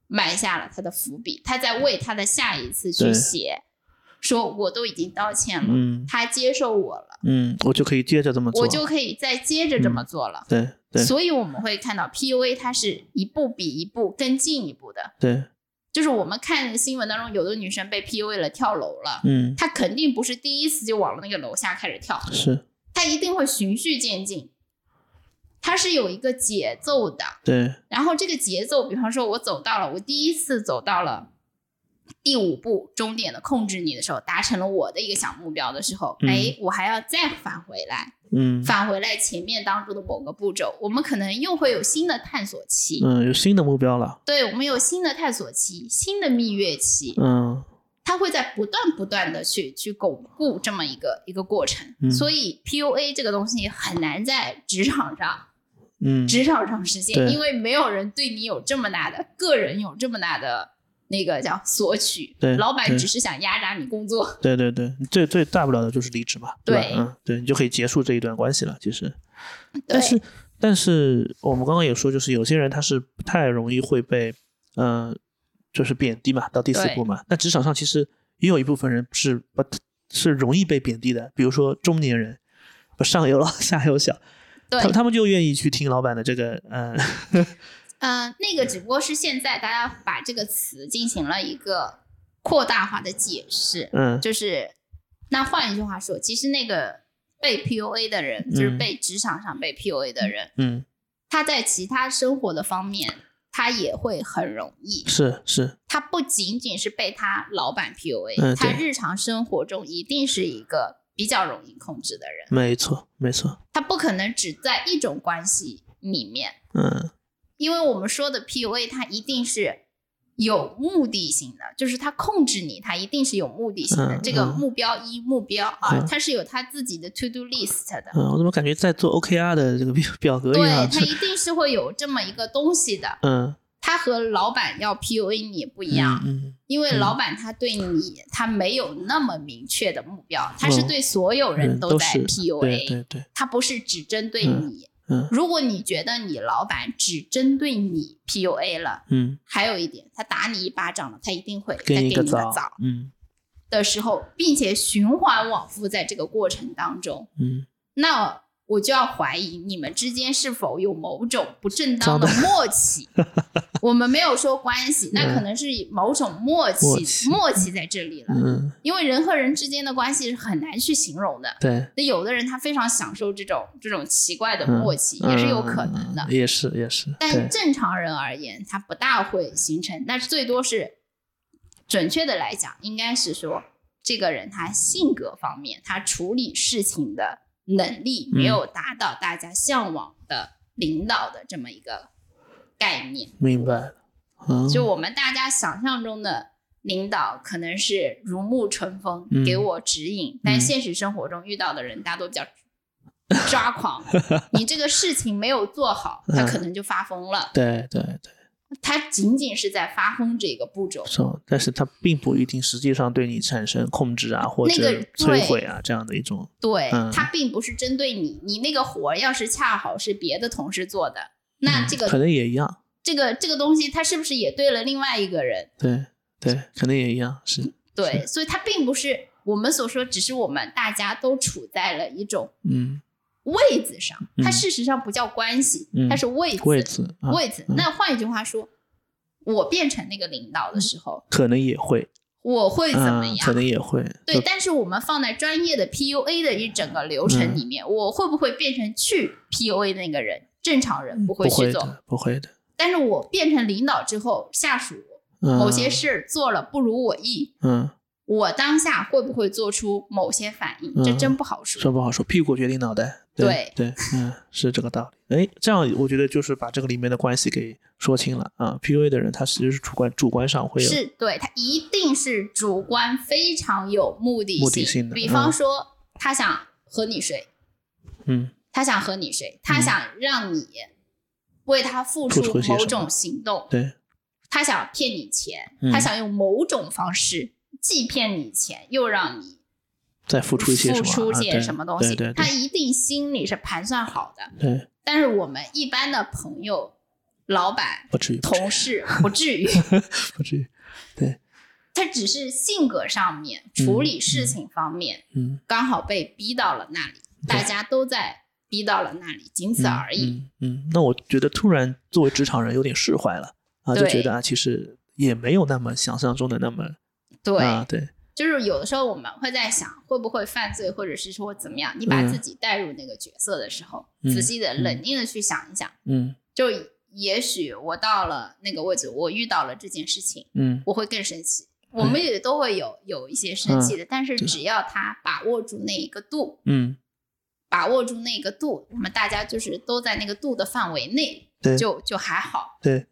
Speaker 3: 埋下了他的伏笔，他在为他的下一次去
Speaker 2: 对
Speaker 3: 写，说我都已经道歉了，
Speaker 2: 嗯
Speaker 3: 他接受我了，
Speaker 2: 嗯，我就可以接着这么做。
Speaker 3: 我就可以再接着这么做了。
Speaker 2: 对对
Speaker 3: 所以我们会看到 PUA 它是一步比一步更进一步的，
Speaker 2: 对，
Speaker 3: 就是我们看新闻当中，有的女生被 PUA 了跳楼了，
Speaker 2: 嗯，
Speaker 3: 她肯定不是第一次就往那个楼下开始跳，
Speaker 2: 是
Speaker 3: 它一定会循序渐进，它是有一个节奏的。
Speaker 2: 对，
Speaker 3: 然后这个节奏，比方说我走到了，我第一次走到了第五步终点的控制你的时候，达成了我的一个小目标的时候，
Speaker 2: 嗯
Speaker 3: 哎，我还要再返回来，
Speaker 2: 嗯
Speaker 3: 返回来前面当中的某个步骤，我们可能又会有新的探索期。
Speaker 2: 嗯，有新的目标了。
Speaker 3: 对，我们有新的探索期，新的蜜月期，
Speaker 2: 嗯
Speaker 3: 它会在不断不断的去去巩固这么一个一个过程。
Speaker 2: 嗯
Speaker 3: 所以 PUA 这个东西很难在职场上
Speaker 2: 嗯，
Speaker 3: 职场上实现，
Speaker 2: 对
Speaker 3: 因为没有人对你有这么大的个人有这么大的那个叫索取，
Speaker 2: 对
Speaker 3: 老板
Speaker 2: 对
Speaker 3: 只是想压榨你工作。
Speaker 2: 对对对，最最大不了的就是离职嘛，对吧？
Speaker 3: 对
Speaker 2: 嗯，对你就可以结束这一段关系了。其实，但
Speaker 3: 对
Speaker 2: 是但是我们刚刚也说，就是有些人他是不太容易会被，嗯、就是贬低嘛，到第四
Speaker 3: 对
Speaker 2: 步嘛。那职场上其实也有一部分人是不是容易被贬低的，比如说中年人，不上有老 下有小，
Speaker 3: 对，
Speaker 2: 他他们就愿意去听老板的这个，嗯、
Speaker 3: 嗯，那个只不过是现在大家把这个词进行了一个扩大化的解释，
Speaker 2: 嗯，
Speaker 3: 就是那换一句话说，其实那个被 PUA 的人，就是
Speaker 2: 嗯
Speaker 3: 被职场上被 PUA 的人，
Speaker 2: 嗯，
Speaker 3: 他在其他生活的方面，他也会很容易。
Speaker 2: 是是，
Speaker 3: 他不仅仅是被他老板 PUA，、
Speaker 2: 嗯对
Speaker 3: 他日常生活中一定是一个比较容易控制的人，
Speaker 2: 没错没错，
Speaker 3: 他不可能只在一种关系里面。
Speaker 2: 嗯
Speaker 3: 因为我们说的 PUA，它一定是有目的性的，就是它控制你，它一定是有目的性的。
Speaker 2: 嗯
Speaker 3: 这个
Speaker 2: 嗯
Speaker 3: 目标一、目标二，
Speaker 2: 嗯
Speaker 3: 它是有它自己的 to do list 的。
Speaker 2: 嗯，我怎么感觉在做 OKR 的这个表表格一
Speaker 3: 对，
Speaker 2: 样？
Speaker 3: 它一定是会有这么一个东西的。
Speaker 2: 嗯
Speaker 3: 它和老板要 PUA 你不
Speaker 2: 嗯
Speaker 3: 一样，
Speaker 2: 嗯，
Speaker 3: 因为
Speaker 2: 嗯
Speaker 3: 老板他对你他没有那么明确的目标，他是
Speaker 2: 嗯
Speaker 3: 对所有人
Speaker 2: 嗯都
Speaker 3: 在
Speaker 2: 是对
Speaker 3: PUA，
Speaker 2: 对对，
Speaker 3: 他不是只针对
Speaker 2: 嗯
Speaker 3: 你。
Speaker 2: 嗯
Speaker 3: 如果你觉得你老板只针对你 PUA 了，
Speaker 2: 嗯，
Speaker 3: 还有一点，他打你一巴掌了，他一定会再
Speaker 2: 给
Speaker 3: 给
Speaker 2: 你
Speaker 3: 你
Speaker 2: 一
Speaker 3: 一
Speaker 2: 个
Speaker 3: 个
Speaker 2: 枣
Speaker 3: 枣，
Speaker 2: 嗯
Speaker 3: 的时候，并且循环往复在这个过程当中，
Speaker 2: 嗯，
Speaker 3: 那我就要怀疑你们之间是否有某种不正当的
Speaker 2: 糟
Speaker 3: 默契。我们没有说关系，那
Speaker 2: 嗯
Speaker 3: 可能是某种默契，
Speaker 2: 默
Speaker 3: 默
Speaker 2: 契
Speaker 3: 在这里了。
Speaker 2: 嗯，
Speaker 3: 因为人和人之间的关系是很难去形容的。
Speaker 2: 对，
Speaker 3: 那有的人他非常享受这种这种奇怪的
Speaker 2: 嗯
Speaker 3: 默契，也是有可能的。
Speaker 2: 嗯也是也是，对
Speaker 3: 但，正常人而言，它不大会形成，那最多是，准确的来讲，应该是说这个人他性格方面，他处理事情的能力
Speaker 2: 嗯
Speaker 3: 没有达到大家向往的领导的这么一个概念。
Speaker 2: 明白了，嗯，
Speaker 3: 就我们大家想象中的领导，可能是如沐春风
Speaker 2: 嗯，
Speaker 3: 给我指引，但现实生活中遇到的人，大多比较抓 狂，你这个事情没有做好，
Speaker 2: 嗯
Speaker 3: 他可能就发疯了。
Speaker 2: 对对对，
Speaker 3: 他仅仅是在发疯这个步骤。
Speaker 2: 是吧，但是它并不一定实际上对你产生控制啊或
Speaker 3: 那
Speaker 2: 者
Speaker 3: 个
Speaker 2: 摧
Speaker 3: 对
Speaker 2: 毁啊这样的一种，
Speaker 3: 对，
Speaker 2: 嗯
Speaker 3: 他并不是针对你，你那个活儿要是恰好是别的同事做的，那
Speaker 2: 嗯
Speaker 3: 这个、
Speaker 2: 可能也一样，
Speaker 3: 这个这个东西，他是不是也对了另外一个人？
Speaker 2: 对对，可能也一样，是，
Speaker 3: 对，所以他并不是我们所说，只是我们大家都处在了一种
Speaker 2: 嗯，
Speaker 3: 位子上，
Speaker 2: 嗯
Speaker 3: 它事实上不叫关系，
Speaker 2: 嗯
Speaker 3: 它是位子。
Speaker 2: 位置啊，
Speaker 3: 位子
Speaker 2: 嗯
Speaker 3: 那换一句话说，我变成那个领导的时候，
Speaker 2: 可能也会，
Speaker 3: 我会怎么
Speaker 2: 嗯
Speaker 3: 样？
Speaker 2: 可能也会，
Speaker 3: 对，但是我们放在专业的 PUA 的一整个流
Speaker 2: 嗯
Speaker 3: 程里面，我会不会变成去 PUA 的那个人？正常人不
Speaker 2: 嗯
Speaker 3: 会
Speaker 2: 不
Speaker 3: 去
Speaker 2: 会
Speaker 3: 做，
Speaker 2: 的，不会的，
Speaker 3: 但是我变成领导之后，下属某
Speaker 2: 某
Speaker 3: 些，事儿做了不如我意，
Speaker 2: 嗯，
Speaker 3: 我当下会不会做出某些反应？这
Speaker 2: 嗯
Speaker 3: 真不好
Speaker 2: 说
Speaker 3: 说。
Speaker 2: 不好说，屁股决定脑袋。对，嗯，是这个道理。哎，这样我觉得就是把这个里面的关系给说清了啊。PUA 的人他其实是主观主观上会有，
Speaker 3: 是对他一定是主观非常有目的性，
Speaker 2: 目的性的
Speaker 3: 比
Speaker 2: 嗯
Speaker 3: 方说，他想和你睡，
Speaker 2: 嗯
Speaker 3: 他想和你睡，他
Speaker 2: 嗯
Speaker 3: 想让你为他付
Speaker 2: 付
Speaker 3: 出
Speaker 2: 出一些
Speaker 3: 某
Speaker 2: 什么
Speaker 3: 种行动，
Speaker 2: 对，
Speaker 3: 他想骗你钱，
Speaker 2: 嗯
Speaker 3: 他想用某种方式既骗你钱，又让你
Speaker 2: 再付出一些什么，
Speaker 3: 付出些什么东西，
Speaker 2: 啊、对对对
Speaker 3: 他一定心里是盘算好的。
Speaker 2: 对对，
Speaker 3: 但是我们一般的朋友、老板、
Speaker 2: 不至于，
Speaker 3: 同事不至于，
Speaker 2: 不至于，
Speaker 3: 他只是性格上面、
Speaker 2: 嗯
Speaker 3: 处理事情方面、
Speaker 2: 嗯，
Speaker 3: 刚好被逼到了那里，大家都在逼到了那里，仅此而已。
Speaker 2: 嗯嗯。嗯，那我觉得突然作为职场人有点释怀了啊，就
Speaker 3: 对
Speaker 2: 觉得啊，其实也没有那么想象中的那么
Speaker 3: 对，
Speaker 2: 啊，对，
Speaker 3: 就是有的时候我们会在想，会不会犯罪，或者是说怎么样？你把
Speaker 2: 嗯
Speaker 3: 自己带入那个角色的时候，
Speaker 2: 嗯
Speaker 3: 仔细的、
Speaker 2: 嗯
Speaker 3: 冷静的去想一想，
Speaker 2: 嗯
Speaker 3: 就也许我到了那个位置，我遇到了这件事情，
Speaker 2: 嗯，
Speaker 3: 我会更生气。我们也都会有有一些生气的，但是
Speaker 2: 嗯对
Speaker 3: 只要他把握住那一个度，
Speaker 2: 嗯，
Speaker 3: 把握住那个度，我们大家就是都在那个度的范围内
Speaker 2: 对，
Speaker 3: 就就还好。
Speaker 2: 对。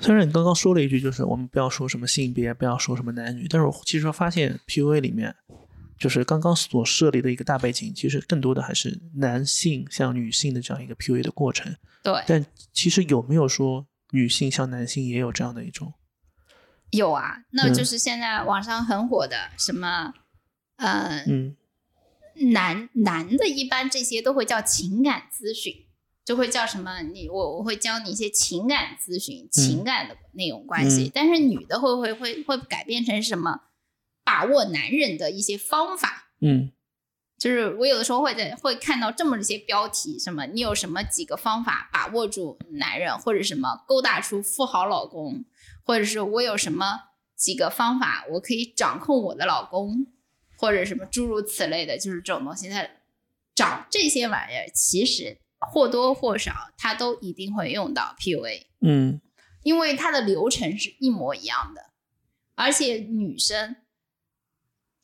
Speaker 2: 虽然你刚刚说了一句，就是我们不要说什么性别，不要说什么男女，但是我其实发现 PUA 里面，就是刚刚所设立的一个大背景，其实更多的还是男性向女性的这样一个 PUA 的过程。
Speaker 3: 对，
Speaker 2: 但其实有没有说女性向男性也有这样的一种
Speaker 3: 有啊，那
Speaker 2: 嗯
Speaker 3: 就是现在网上很火的什么，呃，
Speaker 2: 嗯
Speaker 3: 男男的一般这些都会叫情感咨询，就会叫什么你我我会教你一些情感咨询，情感的那种关系。
Speaker 2: 嗯
Speaker 3: 但是女的会会会会改变成什么？把握男人的一些方法，
Speaker 2: 嗯
Speaker 3: 就是我有的时候会在会看到这么一些标题，什么你有什么几个方法把握住男人，或者什么勾搭出富豪老公，或者是我有什么几个方法我可以掌控我的老公，或者什么诸如此类的，就是这种东西。它找这些玩意儿，其实或多或少它都一定会用到 PUA，
Speaker 2: 嗯
Speaker 3: 因为它的流程是一模一样的，而且女生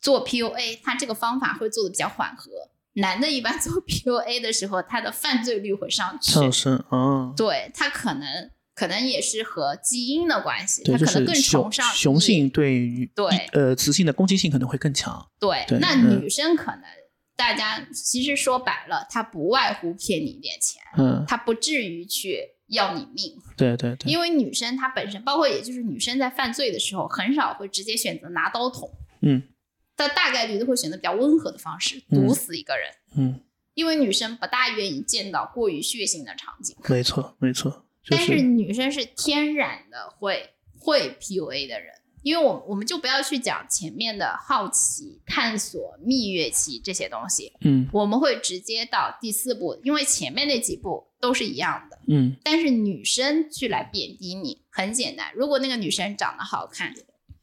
Speaker 3: 做 PUA，她这个方法会做的比较缓和。男的一般 做 PUA 的时候，他的犯罪率会上去，
Speaker 2: 上升啊，
Speaker 3: 对他可能可能也是和基因的关系，
Speaker 2: 对，
Speaker 3: 他
Speaker 2: 就
Speaker 3: 可能
Speaker 2: 是
Speaker 3: 更
Speaker 2: 雄
Speaker 3: 崇尚
Speaker 2: 雄性对于
Speaker 3: 对
Speaker 2: 呃雌性的攻击性可能会更强，
Speaker 3: 对，
Speaker 2: 对
Speaker 3: 那
Speaker 2: 嗯
Speaker 3: 女生可能、大家其实说白了，她不外乎骗你一点钱，
Speaker 2: 嗯，
Speaker 3: 她不至于去要你命，
Speaker 2: 对对对，
Speaker 3: 因为女生她本身，包括也就是女生在犯罪的时候，很少会直接选择拿刀捅，
Speaker 2: 嗯
Speaker 3: 但大概率都会选择比较温和的方式，
Speaker 2: 嗯
Speaker 3: 毒死一个人，
Speaker 2: 嗯，
Speaker 3: 因为女生不大愿意见到过于血腥的场景。
Speaker 2: 没错没错，就
Speaker 3: 但是女生是天然的会会 PUA 的人，因为我我们就不要去讲前面的好奇、探索、蜜月期这些东西，
Speaker 2: 嗯
Speaker 3: 我们会直接到第四步，因为前面那几步都是一样的。
Speaker 2: 嗯
Speaker 3: 但是女生去来贬低你很简单，如果那个女生长得好看，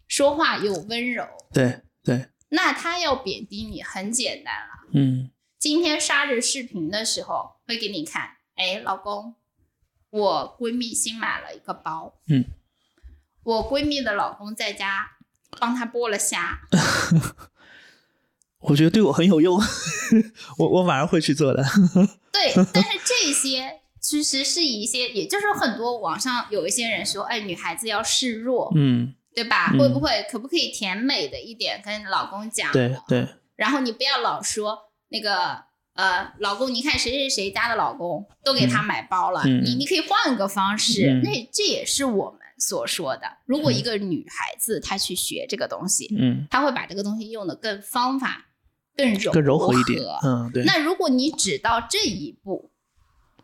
Speaker 3: 说话又温柔，
Speaker 2: 对对
Speaker 3: 那她要贬低你很简单了。
Speaker 2: 嗯
Speaker 3: 今天刷着视频的时候会给你看，哎，老公，我闺蜜新买了一个包，
Speaker 2: 嗯，
Speaker 3: 我闺蜜的老公在家帮她剥了虾，
Speaker 2: 我觉得对我很有用， 我我晚上会去做的。
Speaker 3: 对，但是这些其实是一些，也就是很多网上有一些人说，哎，女孩子要示弱，
Speaker 2: 嗯，
Speaker 3: 对吧？
Speaker 2: 嗯
Speaker 3: 会不会可不可以甜美的一点跟老公讲？
Speaker 2: 对对，
Speaker 3: 然后你不要老说那个呃，老公，你看谁谁谁家的老公都给他买包了，
Speaker 2: 嗯嗯
Speaker 3: 你你可以换个方式。
Speaker 2: 嗯
Speaker 3: 那这也是我们所说的，如果一个女孩子她去学这个东西，
Speaker 2: 嗯，
Speaker 3: 她会把这个东西用的更方法更柔
Speaker 2: 更柔和一点
Speaker 3: 和。
Speaker 2: 嗯，对，
Speaker 3: 那如果你只到这一步，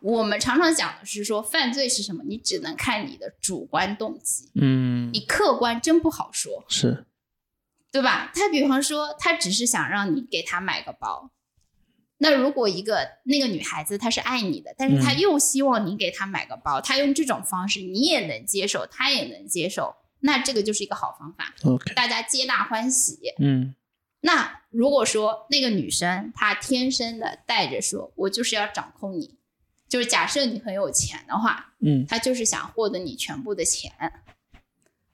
Speaker 3: 我们常常讲的是说犯罪是什么，你只能看你的主观动机，
Speaker 2: 嗯
Speaker 3: 你，客观真不好说。
Speaker 2: 是，
Speaker 3: 对吧？他比方说，他只是想让你给他买个包。那如果一个那个女孩子她是爱你的，但是她
Speaker 2: 嗯
Speaker 3: 又希望你给她买个包，她用这种方式你也能接受，她也能接受，那这个就是一个好方法，
Speaker 2: OK，
Speaker 3: 大家皆大欢喜。
Speaker 2: 嗯
Speaker 3: 那如果说那个女生她天生的带着说，我就是要掌控你，就是假设你很有钱的话，
Speaker 2: 嗯
Speaker 3: 他就是想获得你全部的钱。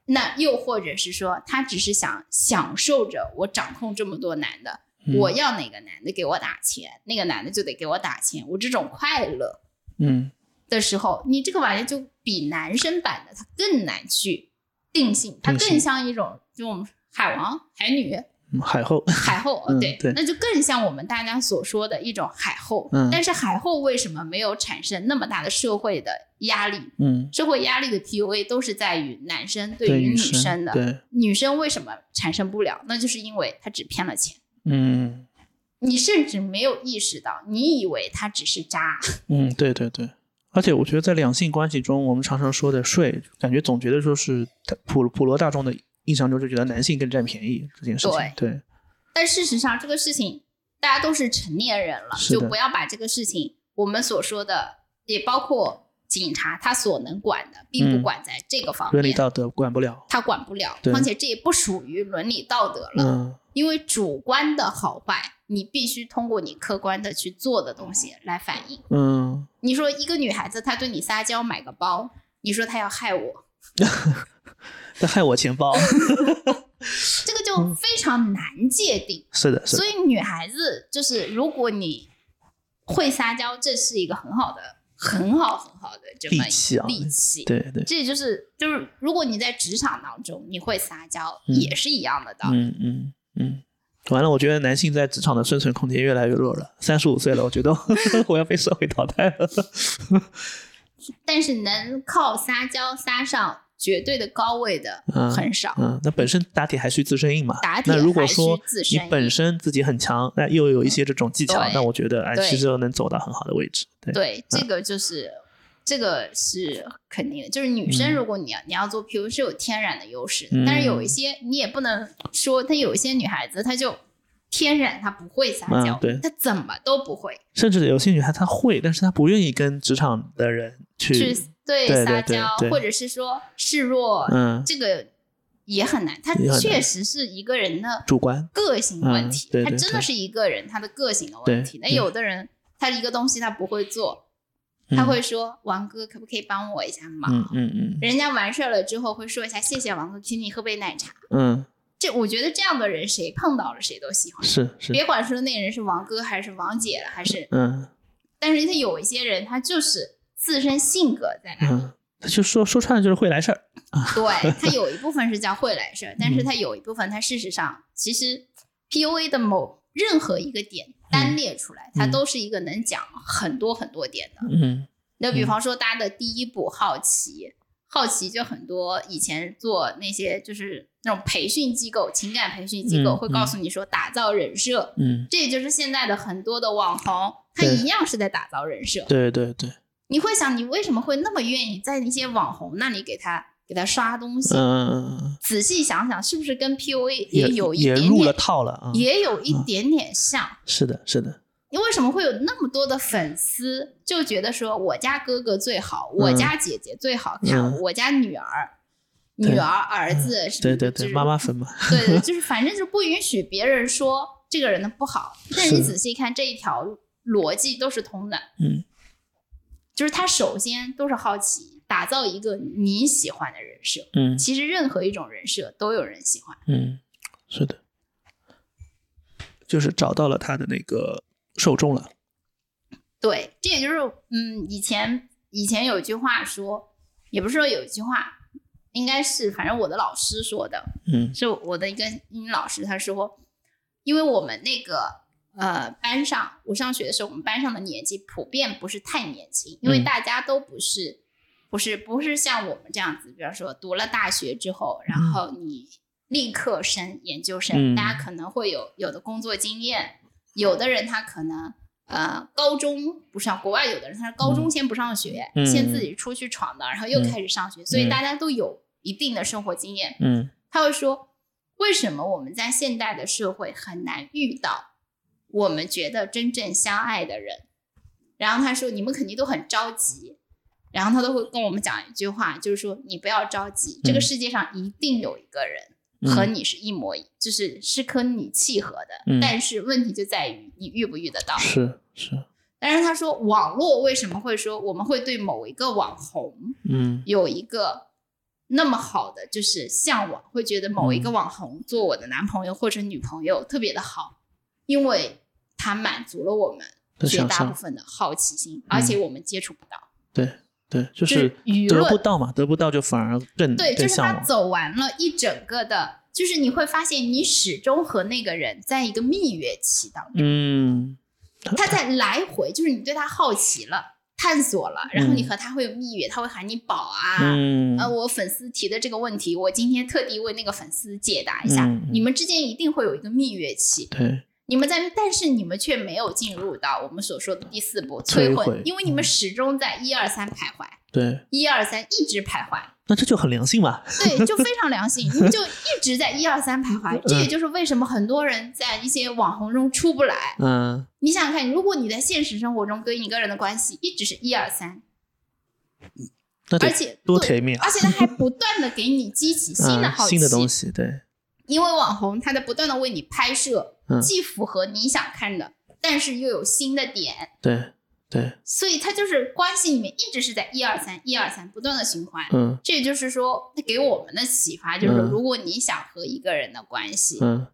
Speaker 3: 那又或者是说，他只是想享受着我掌控这么多男的，
Speaker 2: 嗯
Speaker 3: 我要哪个男的给我打钱，那个男的就得给我打钱，我这种快乐
Speaker 2: 嗯
Speaker 3: 的时候，你这个玩意就比男生版的它更难去定性，它
Speaker 2: 定性
Speaker 3: 更像一种就我们海王、海女、
Speaker 2: 嗯，海后，
Speaker 3: 海后，
Speaker 2: 嗯
Speaker 3: 哦对，
Speaker 2: 对
Speaker 3: 那就更像我们大家所说的一种海后。
Speaker 2: 嗯
Speaker 3: 但是海后为什么没有产生那么大的社会的压力？
Speaker 2: 嗯，
Speaker 3: 社会压力的 PUA 都是在于男生对
Speaker 2: 对
Speaker 3: 于女
Speaker 2: 生
Speaker 3: 生，的。
Speaker 2: 对，
Speaker 3: 女生为什么产生不了？那就是因为她只骗了钱，
Speaker 2: 嗯
Speaker 3: 你甚至没有意识到，你以为他只是渣。
Speaker 2: 嗯，对对对。而且我觉得在两性关系中，我们常常说的睡，感觉总觉得说是普普罗大众的印象中就觉得男性更占便宜这件事情，对，
Speaker 3: 但事实上，这个事情大家都是成年人了，
Speaker 2: 是的
Speaker 3: 就不要把这个事情我们所说的，也包括警察他所能管的，并不
Speaker 2: 嗯
Speaker 3: 管在这个方
Speaker 2: 伦理
Speaker 3: 面，
Speaker 2: 道德管不了，
Speaker 3: 他管不了。
Speaker 2: 对
Speaker 3: 况且这也不属于伦理道德了。
Speaker 2: 嗯
Speaker 3: 因为主观的好坏，你必须通过你客观的去做的东西来反映。
Speaker 2: 嗯，
Speaker 3: 你说一个女孩子她对你撒娇买个包，你说她要害我，
Speaker 2: 在害我钱包，
Speaker 3: 这个就非常难界定。
Speaker 2: 是的，嗯是
Speaker 3: 所
Speaker 2: 的，
Speaker 3: 以女孩子就是，如果你会撒娇，这是一个很好的、很好、很好的这么
Speaker 2: 利器啊
Speaker 3: 利器。
Speaker 2: 对对，
Speaker 3: 这就是就是，如果你在职场当中你会撒娇，
Speaker 2: 嗯
Speaker 3: 也是一样的道理。
Speaker 2: 嗯嗯嗯，完了，我觉得男性在职场的生存空间越来越弱了。三十五岁了，我觉得 我要被社会淘汰了。
Speaker 3: 但是能靠撒娇撒上绝对的高位的
Speaker 2: 嗯
Speaker 3: 很少。
Speaker 2: 嗯，那本身打铁还需自身硬嘛。
Speaker 3: 打铁
Speaker 2: 那如果
Speaker 3: 还需
Speaker 2: 说
Speaker 3: 自
Speaker 2: 你
Speaker 3: 身
Speaker 2: 本
Speaker 3: 硬
Speaker 2: 身自己很强，那又有一些这种技巧，
Speaker 3: 对
Speaker 2: 那我觉得哎，
Speaker 3: 对
Speaker 2: 其实都能走到很好的位置。对，
Speaker 3: 对，这
Speaker 2: 嗯
Speaker 3: 个就是这个是肯定的，就是女生
Speaker 2: 嗯
Speaker 3: 如果你要、你要做 PU 是有天然的优势的，
Speaker 2: 嗯
Speaker 3: 但是有一些你也不能说，她有一些女孩子她就天然她不会撒娇，
Speaker 2: 嗯对
Speaker 3: 她怎么都不会
Speaker 2: 甚至有些女孩她会，但是她不愿意跟职场的人
Speaker 3: 去
Speaker 2: 去，
Speaker 3: 对
Speaker 2: 对
Speaker 3: 撒
Speaker 2: 对
Speaker 3: 娇，
Speaker 2: 对
Speaker 3: 或者是说示弱，
Speaker 2: 嗯，
Speaker 3: 这个也很难，她
Speaker 2: 也很难
Speaker 3: 确实是一个人的
Speaker 2: 主观，
Speaker 3: 个性问题
Speaker 2: 嗯，对
Speaker 3: 他
Speaker 2: 对
Speaker 3: 真
Speaker 2: 对
Speaker 3: 的是一个人他的个性的问题。
Speaker 2: 对
Speaker 3: 那
Speaker 2: 对
Speaker 3: 有的人他一个东西他不会做，
Speaker 2: 嗯
Speaker 3: 他会说：“王哥，可不可以帮我一下忙？”
Speaker 2: 嗯嗯嗯
Speaker 3: 人家完事儿了之后会说一下：“谢谢王哥，请你喝杯奶茶。
Speaker 2: 嗯，”
Speaker 3: 这我觉得这样的人谁碰到了谁都喜欢，
Speaker 2: 是是，
Speaker 3: 别管说那个人是王哥还是王姐了，还是，
Speaker 2: 嗯
Speaker 3: 但是他有一些人他就是自身性格在那里，
Speaker 2: 嗯，她就说说穿了就是会来事儿，
Speaker 3: 对他有一部分是叫会来事儿，但是他有一部分他事实上其实 PUA 的某任何一个点单列出来，它
Speaker 2: 嗯
Speaker 3: 都是一个能讲很多很多点的。
Speaker 2: 嗯
Speaker 3: 那比方说大家的第一步好奇，好奇就很多以前做那些就是那种培训机构、情感培训机构
Speaker 2: 嗯
Speaker 3: 会告诉你说打造人设，
Speaker 2: 嗯，
Speaker 3: 这也就是现在的很多的网红，他
Speaker 2: 对
Speaker 3: 一样是在打造人设。
Speaker 2: 对对对，
Speaker 3: 你会想，你为什么会那么愿意在那些网红那里给他给他刷东西？
Speaker 2: 嗯嗯嗯嗯，
Speaker 3: 仔细想想，是不是跟 PUA 也有一
Speaker 2: 也
Speaker 3: 点点，
Speaker 2: 入了套了啊，
Speaker 3: 也有一点点像？
Speaker 2: 是的是的，
Speaker 3: 你为什么会有那么多的粉丝就觉得说我家哥哥最好，我家姐姐最好看，
Speaker 2: 嗯
Speaker 3: 我家女儿、
Speaker 2: 对嗯
Speaker 3: 女儿、儿子是，
Speaker 2: 对对
Speaker 3: 就
Speaker 2: 对，
Speaker 3: 是
Speaker 2: 妈妈粉 嘛，
Speaker 3: 对对，就是反正就不允许别人说这个人的不好。但是你
Speaker 2: 是
Speaker 3: 仔细看这一条逻辑都是通的，
Speaker 2: 嗯
Speaker 3: 就是他首先都是好奇，打造一个你喜欢的人设。
Speaker 2: 嗯
Speaker 3: 其实任何一种人设都有人喜欢。
Speaker 2: 嗯，是的， 就是找到了他的那个受众了，
Speaker 3: 对，这也就是嗯，以前以前有句话说，也不是说有一句话，应该是反正我的老师说的，
Speaker 2: 嗯
Speaker 3: 是我的一个英语老师，他说，因为我们那个呃班上，我上学的时候，我们班上的年纪普遍不是太年轻，因为
Speaker 2: 嗯
Speaker 3: 大家都不是不是不是像我们这样子，比方说读了大学之后，然后你立刻升研究
Speaker 2: 嗯
Speaker 3: 生，大家可能会有有的工作经验，有的人他可能。呃，高中不上，国外有的人他是高中先不上学，
Speaker 2: 嗯
Speaker 3: 先自己出去闯荡，然后又
Speaker 2: 嗯
Speaker 3: 开始上学，所以
Speaker 2: 嗯
Speaker 3: 大家都有一定的生活经验。
Speaker 2: 嗯
Speaker 3: 他会说，为什么我们在现代的社会很难遇到我们觉得真正相爱的人？然后他说，你们肯定都很着急。然后他都会跟我们讲一句话，就是说你不要着急，这个世界上一定有一个人和
Speaker 2: 嗯
Speaker 3: 你是一模一，就是是跟你契合的。
Speaker 2: 嗯
Speaker 3: 但是问题就在于你遇不遇得到。
Speaker 2: 是是，
Speaker 3: 但是他说，网络为什么会说我们会对某一个网红
Speaker 2: 嗯
Speaker 3: 有一个那么好的就是向往，会觉得某
Speaker 2: 嗯
Speaker 3: 一个网红做我的男朋友或者女朋友特别的好，因为他满足了我们
Speaker 2: 的
Speaker 3: 绝
Speaker 2: 想
Speaker 3: 大部
Speaker 2: 象，
Speaker 3: 分的好奇心，而且我们接触不到，
Speaker 2: 对对，就
Speaker 3: 就是舆
Speaker 2: 得不
Speaker 3: 论
Speaker 2: 到嘛，得不到就反而更
Speaker 3: 对，就
Speaker 2: 更
Speaker 3: 是
Speaker 2: 向
Speaker 3: 他
Speaker 2: 往，
Speaker 3: 走完了一整个的，就是你会发现你始终和那个人在一个蜜月期当中，
Speaker 2: 嗯
Speaker 3: 他在来回，就是你对他好奇了。探索了，然后你和他会有蜜月，他会喊你宝啊，
Speaker 2: 嗯
Speaker 3: 呃，我粉丝提的这个问题，我今天特地为那个粉丝解答一下。
Speaker 2: 嗯嗯
Speaker 3: 你们之间一定会有一个蜜月期，
Speaker 2: 对，
Speaker 3: 你们在，但是你们却没有进入到我们所说的第四步
Speaker 2: 摧
Speaker 3: 摧
Speaker 2: 毁
Speaker 3: 因为你们始终在一二三徘徊，
Speaker 2: 对，
Speaker 3: 一二三一直徘徊，
Speaker 2: 那这就很良性嘛，
Speaker 3: 对，就非常良心，你们就一直在一二三徘徊。这也就是为什么很多人在一些网红中出不来。
Speaker 2: 嗯
Speaker 3: 你想想看，如果你在现实生活中跟一个人的关系一直是一二三，
Speaker 2: 那得
Speaker 3: 而且
Speaker 2: 多
Speaker 3: 对
Speaker 2: 甜蜜啊，
Speaker 3: 而且他还不断的给你激起新的
Speaker 2: 嗯
Speaker 3: 好奇，
Speaker 2: 新的东西，对，
Speaker 3: 因为网红他在不断的为你拍摄，
Speaker 2: 嗯
Speaker 3: 既符合你想看的，但是又有新的点，
Speaker 2: 对对，
Speaker 3: 所以他就是关系里面一直是在一二三一二三不断的循环。
Speaker 2: 嗯
Speaker 3: 这也就是说，他给我们的启发就是，
Speaker 2: 嗯
Speaker 3: 如果你想和一个人的关系、
Speaker 2: 嗯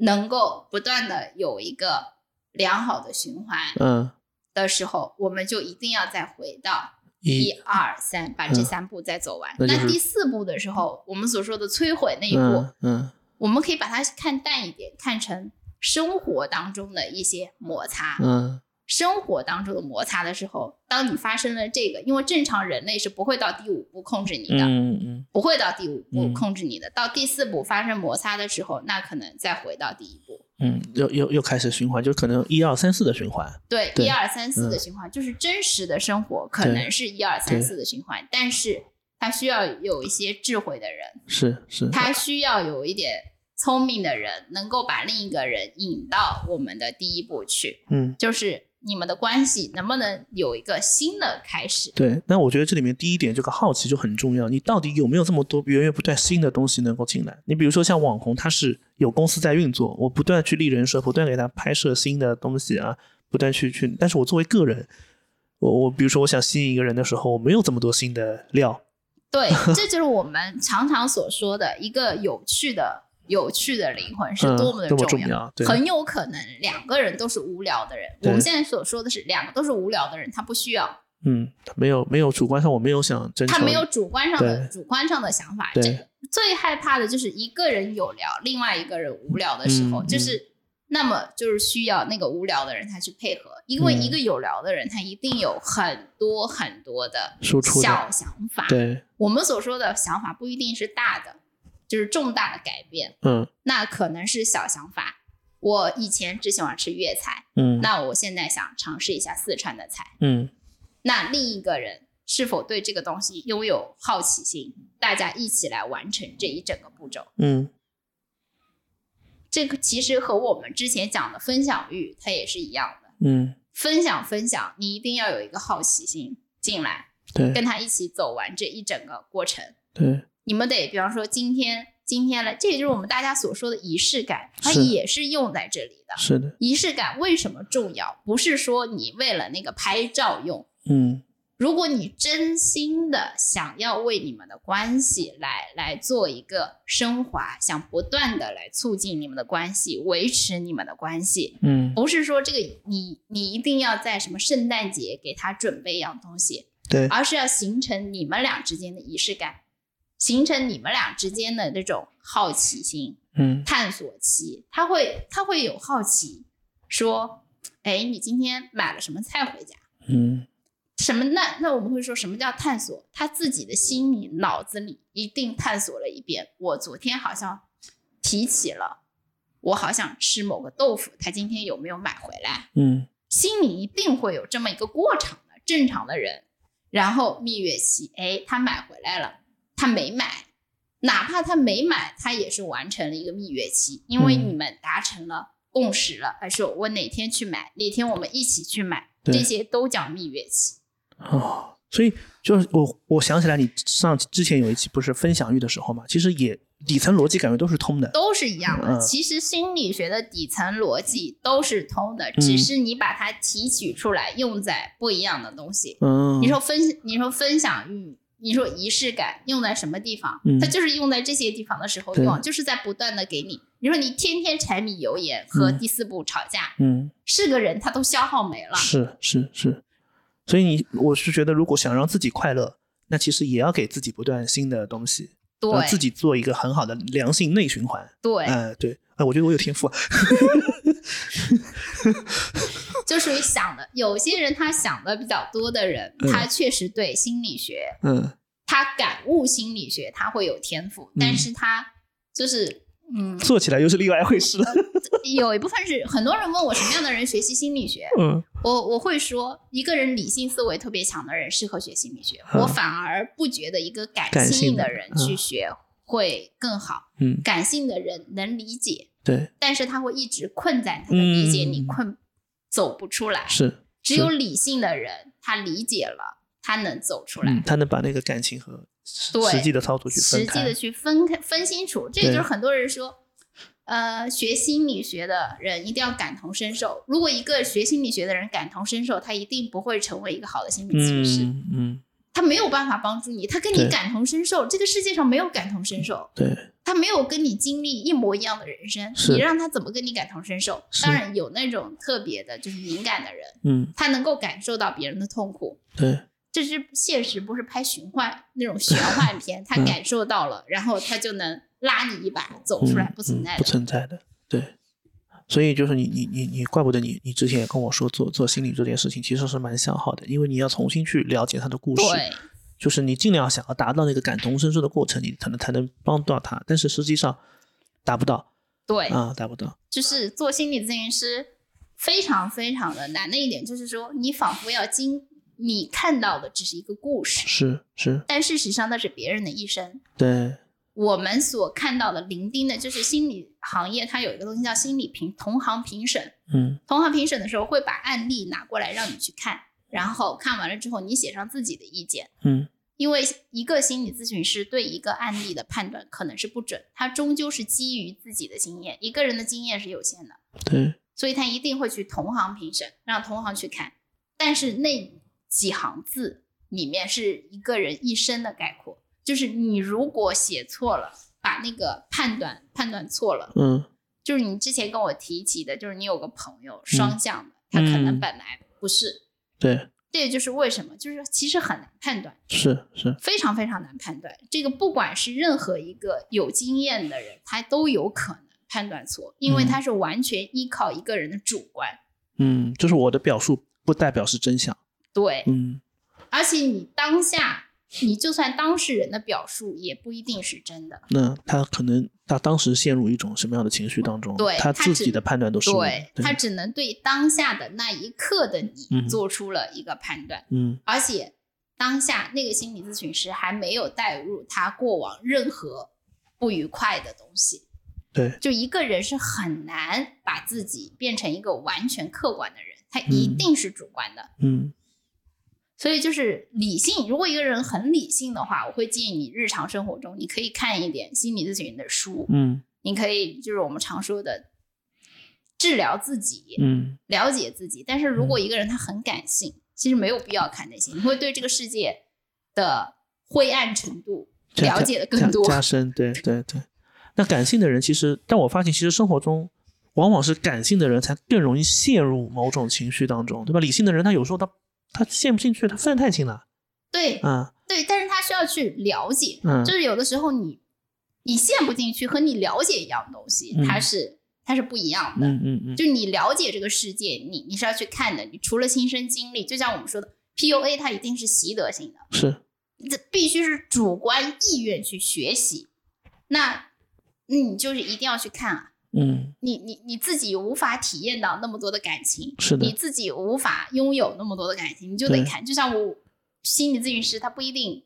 Speaker 3: 能够不断的有一个良好的循环
Speaker 2: 嗯，
Speaker 3: 的时候，我们就一定要再回到一
Speaker 2: 一嗯
Speaker 3: 二三，把这三步再走完。
Speaker 2: 那就是
Speaker 3: 那第四步的时候，我们所说的摧毁那一步，
Speaker 2: 嗯嗯
Speaker 3: 我们可以把它看淡一点，看成生活当中的一些摩擦，
Speaker 2: 嗯
Speaker 3: 生活当中的摩擦的时候，当你发生了这个，因为正常人类是不会到第五步控制你的，
Speaker 2: 嗯嗯
Speaker 3: 不会到第五步
Speaker 2: 嗯
Speaker 3: 控制你的，到第四步发生摩擦的时候，那可能再回到第一步。
Speaker 2: 嗯，又又又开始循环，就可能一二三四的循环。
Speaker 3: 对，
Speaker 2: 对
Speaker 3: 一二三四
Speaker 2: 嗯
Speaker 3: 的循环、就是真实的生活可
Speaker 2: 对
Speaker 3: 能是一二三四的循环，但是它需要有一些智慧的人，
Speaker 2: 是是，
Speaker 3: 他需要有一点聪明的人，能够把另一个人引到我们的第一步去，
Speaker 2: 嗯，
Speaker 3: 就是你们的关系能不能有一个新的开始？
Speaker 2: 对。那我觉得这里面第一点，这个好奇就很重要。你到底有没有这么多源源不断新的东西能够进来？你比如说像网红，他是有公司在运作，我不断去立人设，不断给他拍摄新的东西啊，不断去去。但是我作为个人，我我比如说我想吸引一个人的时候，我没有这么多新的料。
Speaker 3: 对，这就是我们常常所说的一个有趣的、有趣的灵魂是
Speaker 2: 嗯
Speaker 3: 多么的
Speaker 2: 多么
Speaker 3: 重
Speaker 2: 重要对
Speaker 3: 很有可能两个人都是无聊的人。
Speaker 2: 对
Speaker 3: 我们现在所说的是两个都是无聊的人，他不需要，
Speaker 2: 嗯，没有没有主观上我没有想征求，
Speaker 3: 他没有主观上的
Speaker 2: 对
Speaker 3: 主观上的想法。
Speaker 2: 对
Speaker 3: 这最害怕的就是一个人有聊，另外一个人无聊的时候，
Speaker 2: 嗯
Speaker 3: 就是。那么就是需要那个无聊的人他去配合，因为
Speaker 2: 嗯
Speaker 3: 一个有聊的人，他一定有很多很多的
Speaker 2: 输出的
Speaker 3: 小想法，
Speaker 2: 对，
Speaker 3: 我们所说的想法不一定是大的，就是重大的改变，
Speaker 2: 嗯
Speaker 3: 那可能是小想法。我以前只喜欢吃粤菜，
Speaker 2: 嗯
Speaker 3: 那我现在想尝试一下四川的菜。
Speaker 2: 嗯
Speaker 3: 那另一个人是否对这个东西拥有好奇心？大家一起来完成这一整个步骤。
Speaker 2: 嗯
Speaker 3: 这个其实和我们之前讲的分享欲，它也是一样的。
Speaker 2: 嗯，
Speaker 3: 分享分享，你一定要有一个好奇心进来，
Speaker 2: 对
Speaker 3: 跟他一起走完这一整个过程。
Speaker 2: 对，
Speaker 3: 你们得，比方说今天，今天来，这也就是我们大家所说的仪式感，它
Speaker 2: 是
Speaker 3: 也是用在这里的。
Speaker 2: 是的，
Speaker 3: 仪式感为什么重要？不是说你为了那个拍照用，
Speaker 2: 嗯
Speaker 3: 如果你真心的想要为你们的关系来来做一个升华，想不断的来促进你们的关系，维持你们的关系，
Speaker 2: 嗯，
Speaker 3: 不是说这个你你一定要在什么圣诞节给他准备一样东西，
Speaker 2: 对，
Speaker 3: 而是要形成你们俩之间的仪式感，形成你们俩之间的那种好奇心、
Speaker 2: 嗯
Speaker 3: 探索期。他会他会有好奇，说：“哎，你今天买了什么菜回家
Speaker 2: 嗯？”
Speaker 3: 什么？那那我们会说什么叫探索？他自己的心里、脑子里一定探索了一遍。我昨天好像提起了，我好想吃某个豆腐，他今天有没有买回来？
Speaker 2: 嗯
Speaker 3: 心里一定会有这么一个过程的，正常的人。然后蜜月期，哎，他买回来了，他没买，哪怕他没买，他也是完成了一个蜜月期，因为
Speaker 2: 嗯
Speaker 3: 你们达成了共识了，还说我哪天去买，哪天我们一起去买，
Speaker 2: 对
Speaker 3: 这些都叫蜜月期。
Speaker 2: 哦，所以就是我我想起来，你上之前有一期不是分享欲的时候嘛，其实也底层逻辑感觉都是通的，
Speaker 3: 都是一样的。
Speaker 2: 嗯
Speaker 3: 其实心理学的底层逻辑都是通的，
Speaker 2: 嗯
Speaker 3: 只是你把它提取出来，用在不一样的东西。
Speaker 2: 嗯，
Speaker 3: 你说分，你说分享欲，你说仪式感用在什么地方？
Speaker 2: 嗯
Speaker 3: 它就是用在这些地方的时候
Speaker 2: 对
Speaker 3: 用，就是在不断的给你。你说你天天柴米油盐和
Speaker 2: 嗯
Speaker 3: 第四步吵架，
Speaker 2: 嗯，
Speaker 3: 是个人他都消耗没了。
Speaker 2: 是是是，所以你我是觉得，如果想让自己快乐，那其实也要给自己不断新的东西，让
Speaker 3: 对
Speaker 2: 自己做一个很好的良性内循环。
Speaker 3: 对，
Speaker 2: 哎，对，哎，我觉得我有天赋啊，
Speaker 3: 就属于想的。有些人他想的比较多的人，
Speaker 2: 嗯
Speaker 3: 他确实对心理学，
Speaker 2: 嗯
Speaker 3: 他感悟心理学，他会有天赋，但
Speaker 2: 嗯
Speaker 3: 是他就是嗯，
Speaker 2: 做起来又是另外一回事了。
Speaker 3: 有一部分是很多人问我什么样的人学习心理学，
Speaker 2: 嗯
Speaker 3: 我我会说，一个人理性思维特别强的人适合学心理学，
Speaker 2: 嗯
Speaker 3: 我反而不觉得一个感
Speaker 2: 感性
Speaker 3: 性
Speaker 2: 的
Speaker 3: 的人去学会更好。
Speaker 2: 嗯，
Speaker 3: 感性的人能理解，
Speaker 2: 对，
Speaker 3: 但是他会一直困在他的理解里
Speaker 2: 嗯
Speaker 3: 困，走不出来。
Speaker 2: 是，
Speaker 3: 只有理性的人，他理解了，他能走出来。
Speaker 2: 嗯，他能把那个感情和实
Speaker 3: 对
Speaker 2: 实际的操作去
Speaker 3: 实
Speaker 2: 分
Speaker 3: 际的
Speaker 2: 开。嗯
Speaker 3: 去分开分清楚。这
Speaker 2: 对
Speaker 3: 就是很多人说，呃，学心理学的人一定要感同身受。如果一个学心理学的人感同身受，他一定不会成为一个好的心理咨询师，
Speaker 2: 嗯嗯，
Speaker 3: 他没有办法帮助你，他跟你
Speaker 2: 对
Speaker 3: 感同身受，这个世界上没有感同身受。
Speaker 2: 对，
Speaker 3: 他没有跟你经历一模一样的人生，
Speaker 2: 是
Speaker 3: 你让他怎么跟你感同身受？
Speaker 2: 是
Speaker 3: 当然有那种特别的，就是敏感的人，
Speaker 2: 嗯
Speaker 3: 他能够感受到别人的痛苦，
Speaker 2: 对，嗯
Speaker 3: 这是现实，不是拍玄幻那种玄幻片，他
Speaker 2: 嗯
Speaker 3: 感受到了，然后他就能拉你一把走出来，
Speaker 2: 嗯
Speaker 3: 不存
Speaker 2: 嗯
Speaker 3: 在
Speaker 2: 不
Speaker 3: 的。
Speaker 2: 存在的，对。所以就是你你你你，怪不得你你之前也跟我说做做心理这件事情其实是蛮消耗的，因为你要重新去了解他的故事，
Speaker 3: 对，
Speaker 2: 就是你尽量想要达到那个感同身受的过程，你可能才能帮到他，但是实际上达不到
Speaker 3: 对，
Speaker 2: 啊，达不到。
Speaker 3: 就是做心理咨询师非常非常的难的一点，就是说你仿佛要经你看到的只是一个故事，
Speaker 2: 是是，
Speaker 3: 但事实上那是别人的一生。
Speaker 2: 对，
Speaker 3: 我们所看到的伶仃的，就是心理行业，它有一个东西叫心理评同行评审。
Speaker 2: 嗯
Speaker 3: 同行评审的时候会把案例拿过来让你去看，然后看完了之后你写上自己的意见。
Speaker 2: 嗯，
Speaker 3: 因为一个心理咨询师对一个案例的判断可能是不准，他终究是基于自己的经验，一个人的经验是有限的。
Speaker 2: 对，
Speaker 3: 所以他一定会去同行评审，让同行去看。但是那几行字里面是一个人一生的概括，就是你如果写错了，把那个判断判断错了，
Speaker 2: 嗯
Speaker 3: 就是你之前跟我提起的，就是你有个朋友双向的，他可能本来不是。
Speaker 2: 对，
Speaker 3: 这也就是为什么，就是其实很难判断，
Speaker 2: 是是，
Speaker 3: 非常非常难判断。这个不管是任何一个有经验的人，他都有可能判断错，因为
Speaker 2: 嗯
Speaker 3: 他是完全依靠一个人的主观。
Speaker 2: 嗯，就是我的表述不代表是真相。
Speaker 3: 对，
Speaker 2: 嗯，
Speaker 3: 而且你当下，你就算当事人的表述也不一定是真的。
Speaker 2: 那他可能他当时陷入一种什么样的情绪当中？
Speaker 3: 对
Speaker 2: 他
Speaker 3: 他
Speaker 2: 自
Speaker 3: 只
Speaker 2: 己的判断都是误的
Speaker 3: 对他只能对当下的那一刻的
Speaker 2: 嗯哼
Speaker 3: 你做出了一个判断，
Speaker 2: 嗯
Speaker 3: 而且当下那个心理咨询师还没有带入他过往任何不愉快的东西。
Speaker 2: 对，
Speaker 3: 就一个人是很难把自己变成一个完全客观的人，他一
Speaker 2: 嗯
Speaker 3: 定是主观的。
Speaker 2: 嗯
Speaker 3: 所以就是理性，如果一个人很理性的话，我会建议你日常生活中你可以看一点心理咨询的书，
Speaker 2: 嗯
Speaker 3: 你可以就是我们常说的治疗自己、
Speaker 2: 嗯
Speaker 3: 了解自己。但是如果一个人他很感性，其实没有必要看那些，你会对这个世界的灰暗程度
Speaker 2: 加
Speaker 3: 了解的
Speaker 2: 加
Speaker 3: 更多。
Speaker 2: 加深，对对对。那感性的人其实，但我发现其实生活中。往往是感性的人才更容易陷入某种情绪当中，对吧？理性的人他有时候他他陷不进去，他分得太清了
Speaker 3: 对
Speaker 2: 啊。
Speaker 3: 对，但是他需要去了解，
Speaker 2: 嗯
Speaker 3: 就是有的时候你你陷不进去和你了解一样东西，它是它是不一样的。
Speaker 2: 嗯嗯嗯，
Speaker 3: 就你了解这个世界，你你是要去看的。你除了亲身经历，就像我们说的，PUA 它一定是习得性的，
Speaker 2: 是
Speaker 3: 这必须是主观意愿去学习。那你就是一定要去看啊，
Speaker 2: 嗯
Speaker 3: 你你你自己无法体验到那么多的感情，
Speaker 2: 是的
Speaker 3: 你自己无法拥有那么多的感情，你就得
Speaker 2: 对
Speaker 3: 看。就像我心理咨询师，他不一定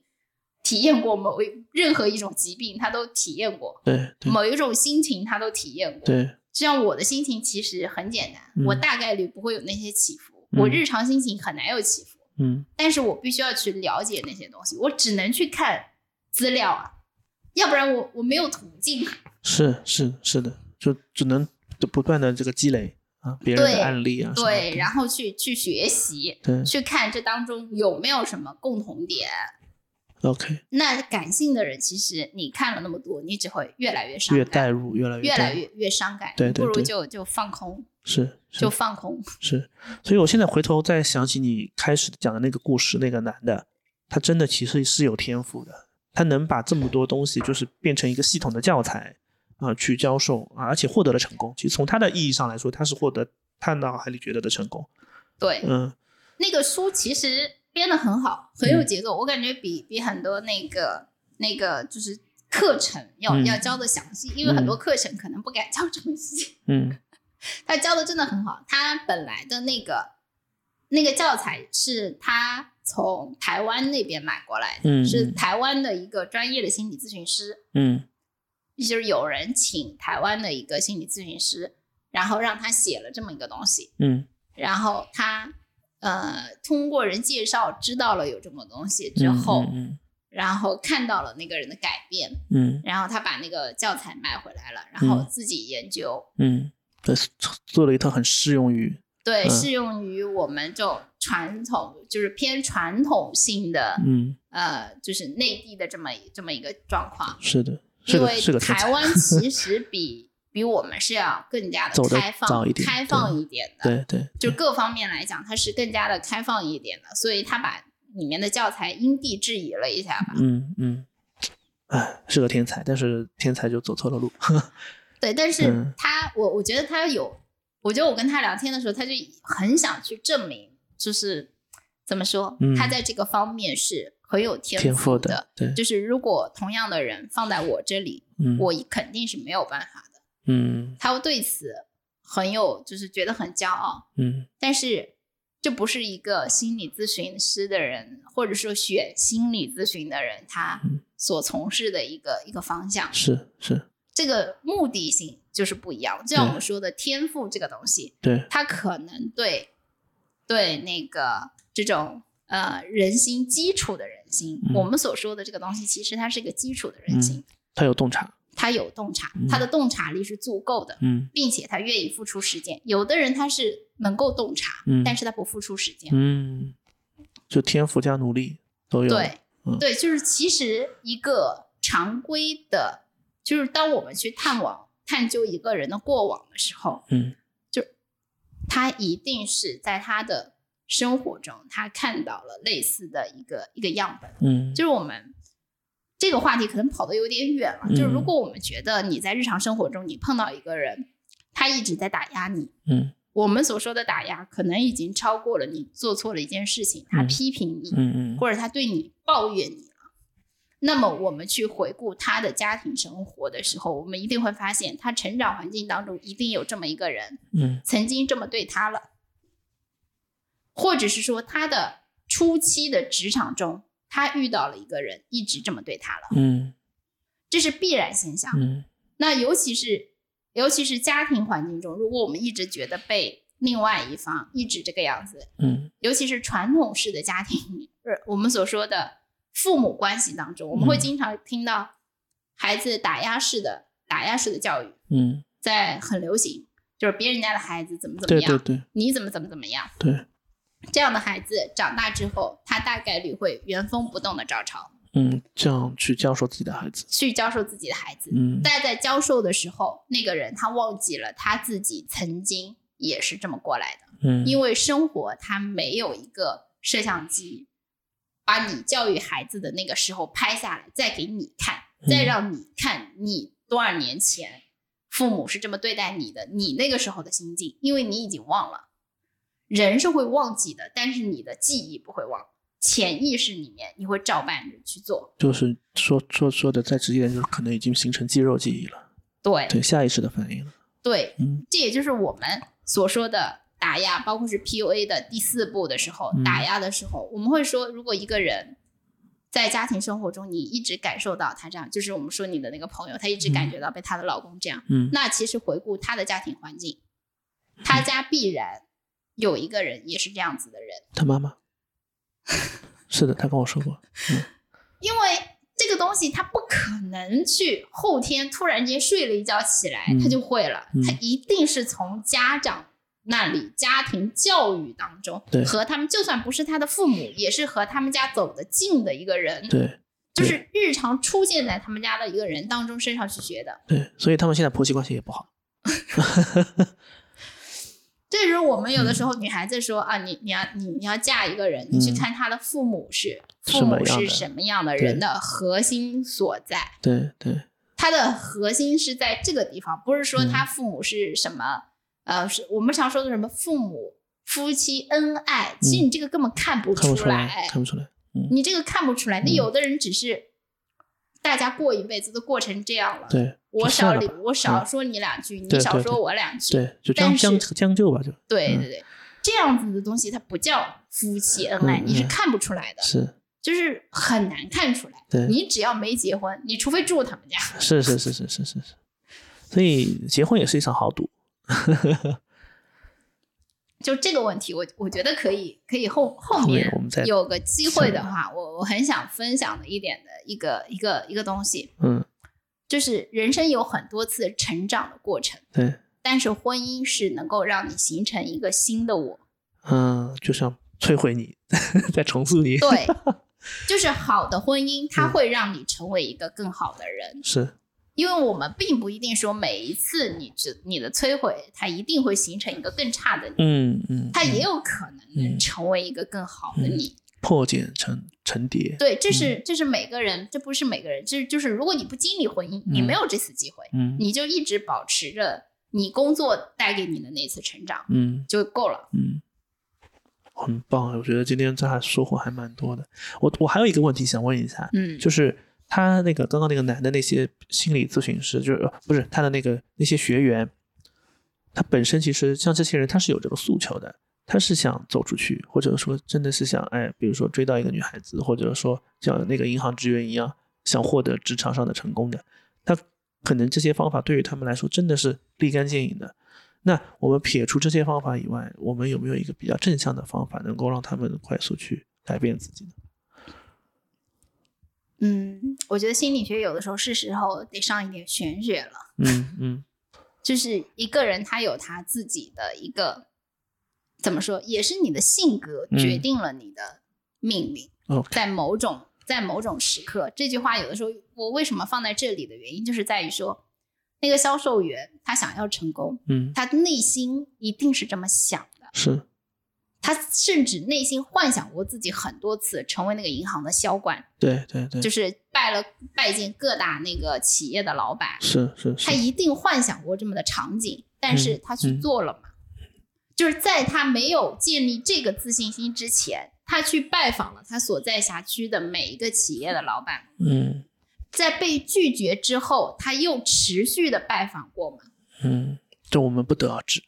Speaker 3: 体验过某一任何一种疾病，他都体验过。
Speaker 2: 对对
Speaker 3: 某一种心情，他都体验过。
Speaker 2: 对
Speaker 3: 就像我的心情其实很简单，
Speaker 2: 嗯
Speaker 3: 我大概率不会有那些起伏，
Speaker 2: 嗯
Speaker 3: 我日常心情很难有起伏，
Speaker 2: 嗯
Speaker 3: 但是我必须要去了解那些东西，我只能去看资料啊，要不然我我没有途径。
Speaker 2: 是是是的，就只能就不断的这个积累啊别人的
Speaker 3: 对
Speaker 2: 案例啊什么的，
Speaker 3: 对，然后去去学习，
Speaker 2: 对
Speaker 3: 去看这当中有没有什么共同点。
Speaker 2: ，OK，
Speaker 3: 那感性的人，其实你看了那么多，你只会越来越伤
Speaker 2: 越
Speaker 3: 感，
Speaker 2: 代入越来越
Speaker 3: 越
Speaker 2: 代
Speaker 3: 来
Speaker 2: 入
Speaker 3: 越越伤感。
Speaker 2: 对
Speaker 3: 你
Speaker 2: 对
Speaker 3: 不如
Speaker 2: 对
Speaker 3: 就就放空，
Speaker 2: 是是
Speaker 3: 就放空。
Speaker 2: 是，所以我现在回头再想起你开始讲的那个故事，那个男的，他真的其实是有天赋的，他能把这么多东西就是变成一个系统的教材啊、去教授啊，而且获得了成功。其实从他的意义上来说，他是获得他脑海里觉得的成功。
Speaker 3: 对，
Speaker 2: 嗯
Speaker 3: 那个书其实编的很好，很有
Speaker 2: 嗯
Speaker 3: 节奏，我感觉比比很多那个那个就是课程要、
Speaker 2: 嗯
Speaker 3: 要教的详细，因为
Speaker 2: 嗯
Speaker 3: 很多课程可能不敢教这么细，
Speaker 2: 嗯
Speaker 3: 他教的真的很好。他本来的那个那个教材是他从台湾那边买过来的，
Speaker 2: 嗯
Speaker 3: 是台湾的一个专业的心理咨询师，
Speaker 2: 嗯
Speaker 3: 就是有人请台湾的一个心理咨询师，然后让他写了这么一个东西，
Speaker 2: 嗯
Speaker 3: 然后他呃通过人介绍知道了有这么东西之后，
Speaker 2: 嗯
Speaker 3: 然后看到了那个人的改变，
Speaker 2: 嗯
Speaker 3: 然后他把那个教材买回来了，然后
Speaker 2: 嗯
Speaker 3: 自己研究，
Speaker 2: 嗯，对，做了一套很适用于
Speaker 3: 对，
Speaker 2: 嗯
Speaker 3: 适用于我们这种传统，就是偏传统性的，
Speaker 2: 嗯，
Speaker 3: 呃，就是内地的这么一这么一个状况，
Speaker 2: 是的，是
Speaker 3: 因
Speaker 2: 个
Speaker 3: 为
Speaker 2: 是个天
Speaker 3: 台
Speaker 2: 才，
Speaker 3: 湾其实比。比我们是要更加
Speaker 2: 走
Speaker 3: 的
Speaker 2: 得
Speaker 3: 开
Speaker 2: 早
Speaker 3: 放、
Speaker 2: 一点
Speaker 3: 开
Speaker 2: 对
Speaker 3: 放一点
Speaker 2: 对
Speaker 3: 的，
Speaker 2: 对，
Speaker 3: 就各方面来讲，它是更加的开放一点的，所以他把里面的教材因地制宜了一下吧。
Speaker 2: 嗯嗯，哎，是个天才，但是天才就走错了路。
Speaker 3: 对，但
Speaker 2: 嗯
Speaker 3: 是他，我我觉得他有我觉得我跟他聊天的时候，他就很想去证明，就是怎么说，
Speaker 2: 嗯
Speaker 3: 他在这个方面是很有天
Speaker 2: 天赋
Speaker 3: 的。
Speaker 2: 的，对，
Speaker 3: 就是如果同样的人放在我这里，
Speaker 2: 嗯
Speaker 3: 我肯定是没有办法的。
Speaker 2: 嗯
Speaker 3: 他会对此很有，就是觉得很骄傲。
Speaker 2: 嗯
Speaker 3: 但是这不是一个心理咨询师的人，或者说选心理咨询的人，他
Speaker 2: 嗯
Speaker 3: 所从事的一个一个方向，
Speaker 2: 是是，
Speaker 3: 这个目的性就是不一样的。就像
Speaker 2: 对
Speaker 3: 我们说的天赋这个东西，
Speaker 2: 对
Speaker 3: 它可能对对那个这种。呃，人心基础的人心，
Speaker 2: 嗯
Speaker 3: 我们所说的这个东西，其实它是一个基础的人心，
Speaker 2: 他有洞察，
Speaker 3: 它有洞察
Speaker 2: 嗯，
Speaker 3: 它的洞察力是足够的。
Speaker 2: 嗯
Speaker 3: 并且他愿意付出时间。有的人他是能够洞察，
Speaker 2: 嗯
Speaker 3: 但是他不付出时间。
Speaker 2: 嗯，就天赋加努力都有，
Speaker 3: 对、
Speaker 2: 嗯
Speaker 3: 对，就是其实一个常规的，就是当我们去探望探究一个人的过往的时候，
Speaker 2: 嗯
Speaker 3: 他一定是在他的生活中，他看到了类似的一个一个样本。
Speaker 2: 嗯
Speaker 3: 就是我们这个话题可能跑得有点远了。
Speaker 2: 嗯
Speaker 3: 就是如果我们觉得你在日常生活中你碰到一个人，他一直在打压你，
Speaker 2: 嗯
Speaker 3: 我们所说的打压，可能已经超过了你做错了一件事情，他
Speaker 2: 嗯
Speaker 3: 批评你，
Speaker 2: 嗯嗯
Speaker 3: 或者他对你抱怨你了。那么我们去回顾他的家庭生活的时候，我们一定会发现，他成长环境当中一定有这么一个人
Speaker 2: 嗯
Speaker 3: 曾经这么对他了，或者是说他的初期的职场中，他遇到了一个人一直这么对他了，
Speaker 2: 嗯
Speaker 3: 这是必然现象。
Speaker 2: 嗯
Speaker 3: 那尤其是尤其是家庭环境中，如果我们一直觉得被另外一方一直这个样子，
Speaker 2: 嗯
Speaker 3: 尤其是传统式的家庭里，呃我们所说的父母关系当中，我们会
Speaker 2: 嗯
Speaker 3: 经常听到孩子打压式的打压式的教育
Speaker 2: 嗯，
Speaker 3: 在很流行，就是别人家的孩子怎么怎么
Speaker 2: 对
Speaker 3: 样，
Speaker 2: 对对
Speaker 3: 你怎么怎么怎么样，
Speaker 2: 对，嗯
Speaker 3: 这样的孩子长大之后，他大概率会原封不动的照抄
Speaker 2: 嗯，这样去教授自己的孩子，
Speaker 3: 去教授自己的孩子，
Speaker 2: 嗯
Speaker 3: 但在教授的时候，那个人他忘记了他自己曾经也是这么过来的，
Speaker 2: 嗯，
Speaker 3: 因为生活它没有一个摄像机，把你教育孩子的那个时候拍下来，再给你看，再
Speaker 2: 嗯
Speaker 3: 让你看你多少年前父母是这么对待你的，你那个时候的心境，因为你已经忘了。人是会忘记的，但是你的记忆不会忘，潜意识里面你会照办着去做。
Speaker 2: 就是说说说的再直接点，就是可能已经形成肌肉记忆了，
Speaker 3: 对
Speaker 2: 对下意识的反应了，
Speaker 3: 对，
Speaker 2: 嗯
Speaker 3: 这也就是我们所说的打压，包括是 PUA 的第四步的时候
Speaker 2: 嗯，
Speaker 3: 打压的时候，我们会说，如果一个人在家庭生活中，你一直感受到他这样，就是我们说你的那个朋友，她一直感觉到被她的老公这样，
Speaker 2: 嗯
Speaker 3: 那其实回顾她的家庭环境，她家必然有一个人也是这样子的人，
Speaker 2: 他妈妈，是的，他跟我说过，
Speaker 3: 因为这个东西它不可能去后天突然间睡了一觉起来
Speaker 2: 嗯
Speaker 3: 它就会了
Speaker 2: 嗯，
Speaker 3: 它一定是从家长那里、家庭教育当中
Speaker 2: 对
Speaker 3: 和他们，就算不是他的父母，也是和他们家走得近的一个人，
Speaker 2: 对
Speaker 3: 就是日常出现在他们家的一个人当中身上去学的。
Speaker 2: 对，所以他们现在婆媳关系也不好，
Speaker 3: 这时候我们有
Speaker 2: 嗯
Speaker 3: 的时候女孩子说、啊，你你要你你要嫁一个人，你去
Speaker 2: 嗯
Speaker 3: 看他的父母是、
Speaker 2: 什
Speaker 3: 父
Speaker 2: 么
Speaker 3: 母
Speaker 2: 样
Speaker 3: 是
Speaker 2: 的
Speaker 3: 什么样的
Speaker 2: 对
Speaker 3: 人的核心所在。
Speaker 2: 对对，
Speaker 3: 它的核心是在这个地方，不是说
Speaker 2: 嗯
Speaker 3: 他父母是什么，呃，是我们常说的什么父母夫妻恩爱，其实你这个根本看不
Speaker 2: 嗯看
Speaker 3: 出
Speaker 2: 不出来，看不出来，
Speaker 3: 你这个看不出来。那
Speaker 2: 嗯
Speaker 3: 有的人只是大家过一辈子都过成这样了，
Speaker 2: 对
Speaker 3: 我
Speaker 2: 就算
Speaker 3: 少
Speaker 2: 了
Speaker 3: 理
Speaker 2: 吧
Speaker 3: 我少说你两句，
Speaker 2: 对
Speaker 3: 你
Speaker 2: 对
Speaker 3: 少
Speaker 2: 对
Speaker 3: 说我两句，
Speaker 2: 对，就将
Speaker 3: 但是
Speaker 2: 将将就吧，就
Speaker 3: 对
Speaker 2: 嗯
Speaker 3: 对对，这样子的东西它不叫夫妻恩爱，
Speaker 2: 嗯
Speaker 3: 你是
Speaker 2: 嗯
Speaker 3: 看不出来的，
Speaker 2: 是
Speaker 3: 就是很难看出来。
Speaker 2: 对
Speaker 3: 你只要没结婚，你除非住他们家，
Speaker 2: 是是是是是是是，所以结婚也是一场豪赌，
Speaker 3: 就这个问题，我我觉得可以可以后后
Speaker 2: 后面
Speaker 3: 面
Speaker 2: 我们再
Speaker 3: 哦有个机会的话，我我很想分享的一点的一个一个一个东西，
Speaker 2: 嗯，
Speaker 3: 就是人生有很多次成长的过程，
Speaker 2: 对，
Speaker 3: 但是婚姻是能够让你形成一个新的我，
Speaker 2: 嗯，就像摧毁你， 再重塑你，
Speaker 3: 对，就是好的婚姻，它
Speaker 2: 嗯
Speaker 3: 会让你成为一个更好的人，
Speaker 2: 是，
Speaker 3: 因为我们并不一定说每一次你只你的摧毁，它一定会形成一个更差的你，
Speaker 2: 嗯嗯，
Speaker 3: 它
Speaker 2: 嗯
Speaker 3: 也有可能
Speaker 2: 嗯
Speaker 3: 能成为一个更好的
Speaker 2: 嗯
Speaker 3: 你。
Speaker 2: 破茧成成蝶，
Speaker 3: 对，这
Speaker 2: 嗯
Speaker 3: 是这是每个人，这不是每个人，这就是如果你不经历婚姻，你
Speaker 2: 嗯
Speaker 3: 没有这次机会，
Speaker 2: 嗯
Speaker 3: 你就一直保持着你工作带给你的那次成长
Speaker 2: 嗯
Speaker 3: 就够了。
Speaker 2: 嗯，很棒，我觉得今天这还收获还蛮多的。我我还有一个问题想问一下，
Speaker 3: 嗯，
Speaker 2: 就是他那个刚刚那个男的那些心理咨询师，就是呃不是他的那个那些学员，他本身其实像这些人，他是有这个诉求的，他是想走出去，或者说真的是想哎，比如说追到一个女孩子，或者说像那个银行职员一样，想获得职场上的成功的，他可能这些方法对于他们来说真的是立竿见影的。那我们撇除这些方法以外，我们有没有一个比较正向的方法，能够让他们快速去改变自己呢？
Speaker 3: 嗯，我觉得心理学有的时候是时候得上一点玄学了。
Speaker 2: 嗯嗯
Speaker 3: 就是一个人他有他自己的一个怎么说，也是你的性格
Speaker 2: 嗯
Speaker 3: 决定了你的命运，
Speaker 2: ，OK，
Speaker 3: 在某种在某种时刻，这句话有的时候我为什么放在这里的原因，就是在于说那个销售员他想要成功，
Speaker 2: 嗯，
Speaker 3: 他内心一定是这么想的，
Speaker 2: 是，
Speaker 3: 他甚至内心幻想过自己很多次成为那个银行的销冠，
Speaker 2: 对对对，
Speaker 3: 就是拜了拜见各大那个企业的老板，
Speaker 2: 是是
Speaker 3: 他
Speaker 2: 是，
Speaker 3: 一定幻想过这么的场景，但是
Speaker 2: 嗯
Speaker 3: 他去
Speaker 2: 嗯
Speaker 3: 做了嘛？就是在他没有建立这个自信心之前，他去拜访了他所在辖区的每一个企业的老板，
Speaker 2: 嗯
Speaker 3: 在被拒绝之后，他又持续的拜访过嘛？
Speaker 2: 嗯，这我们不得而 知。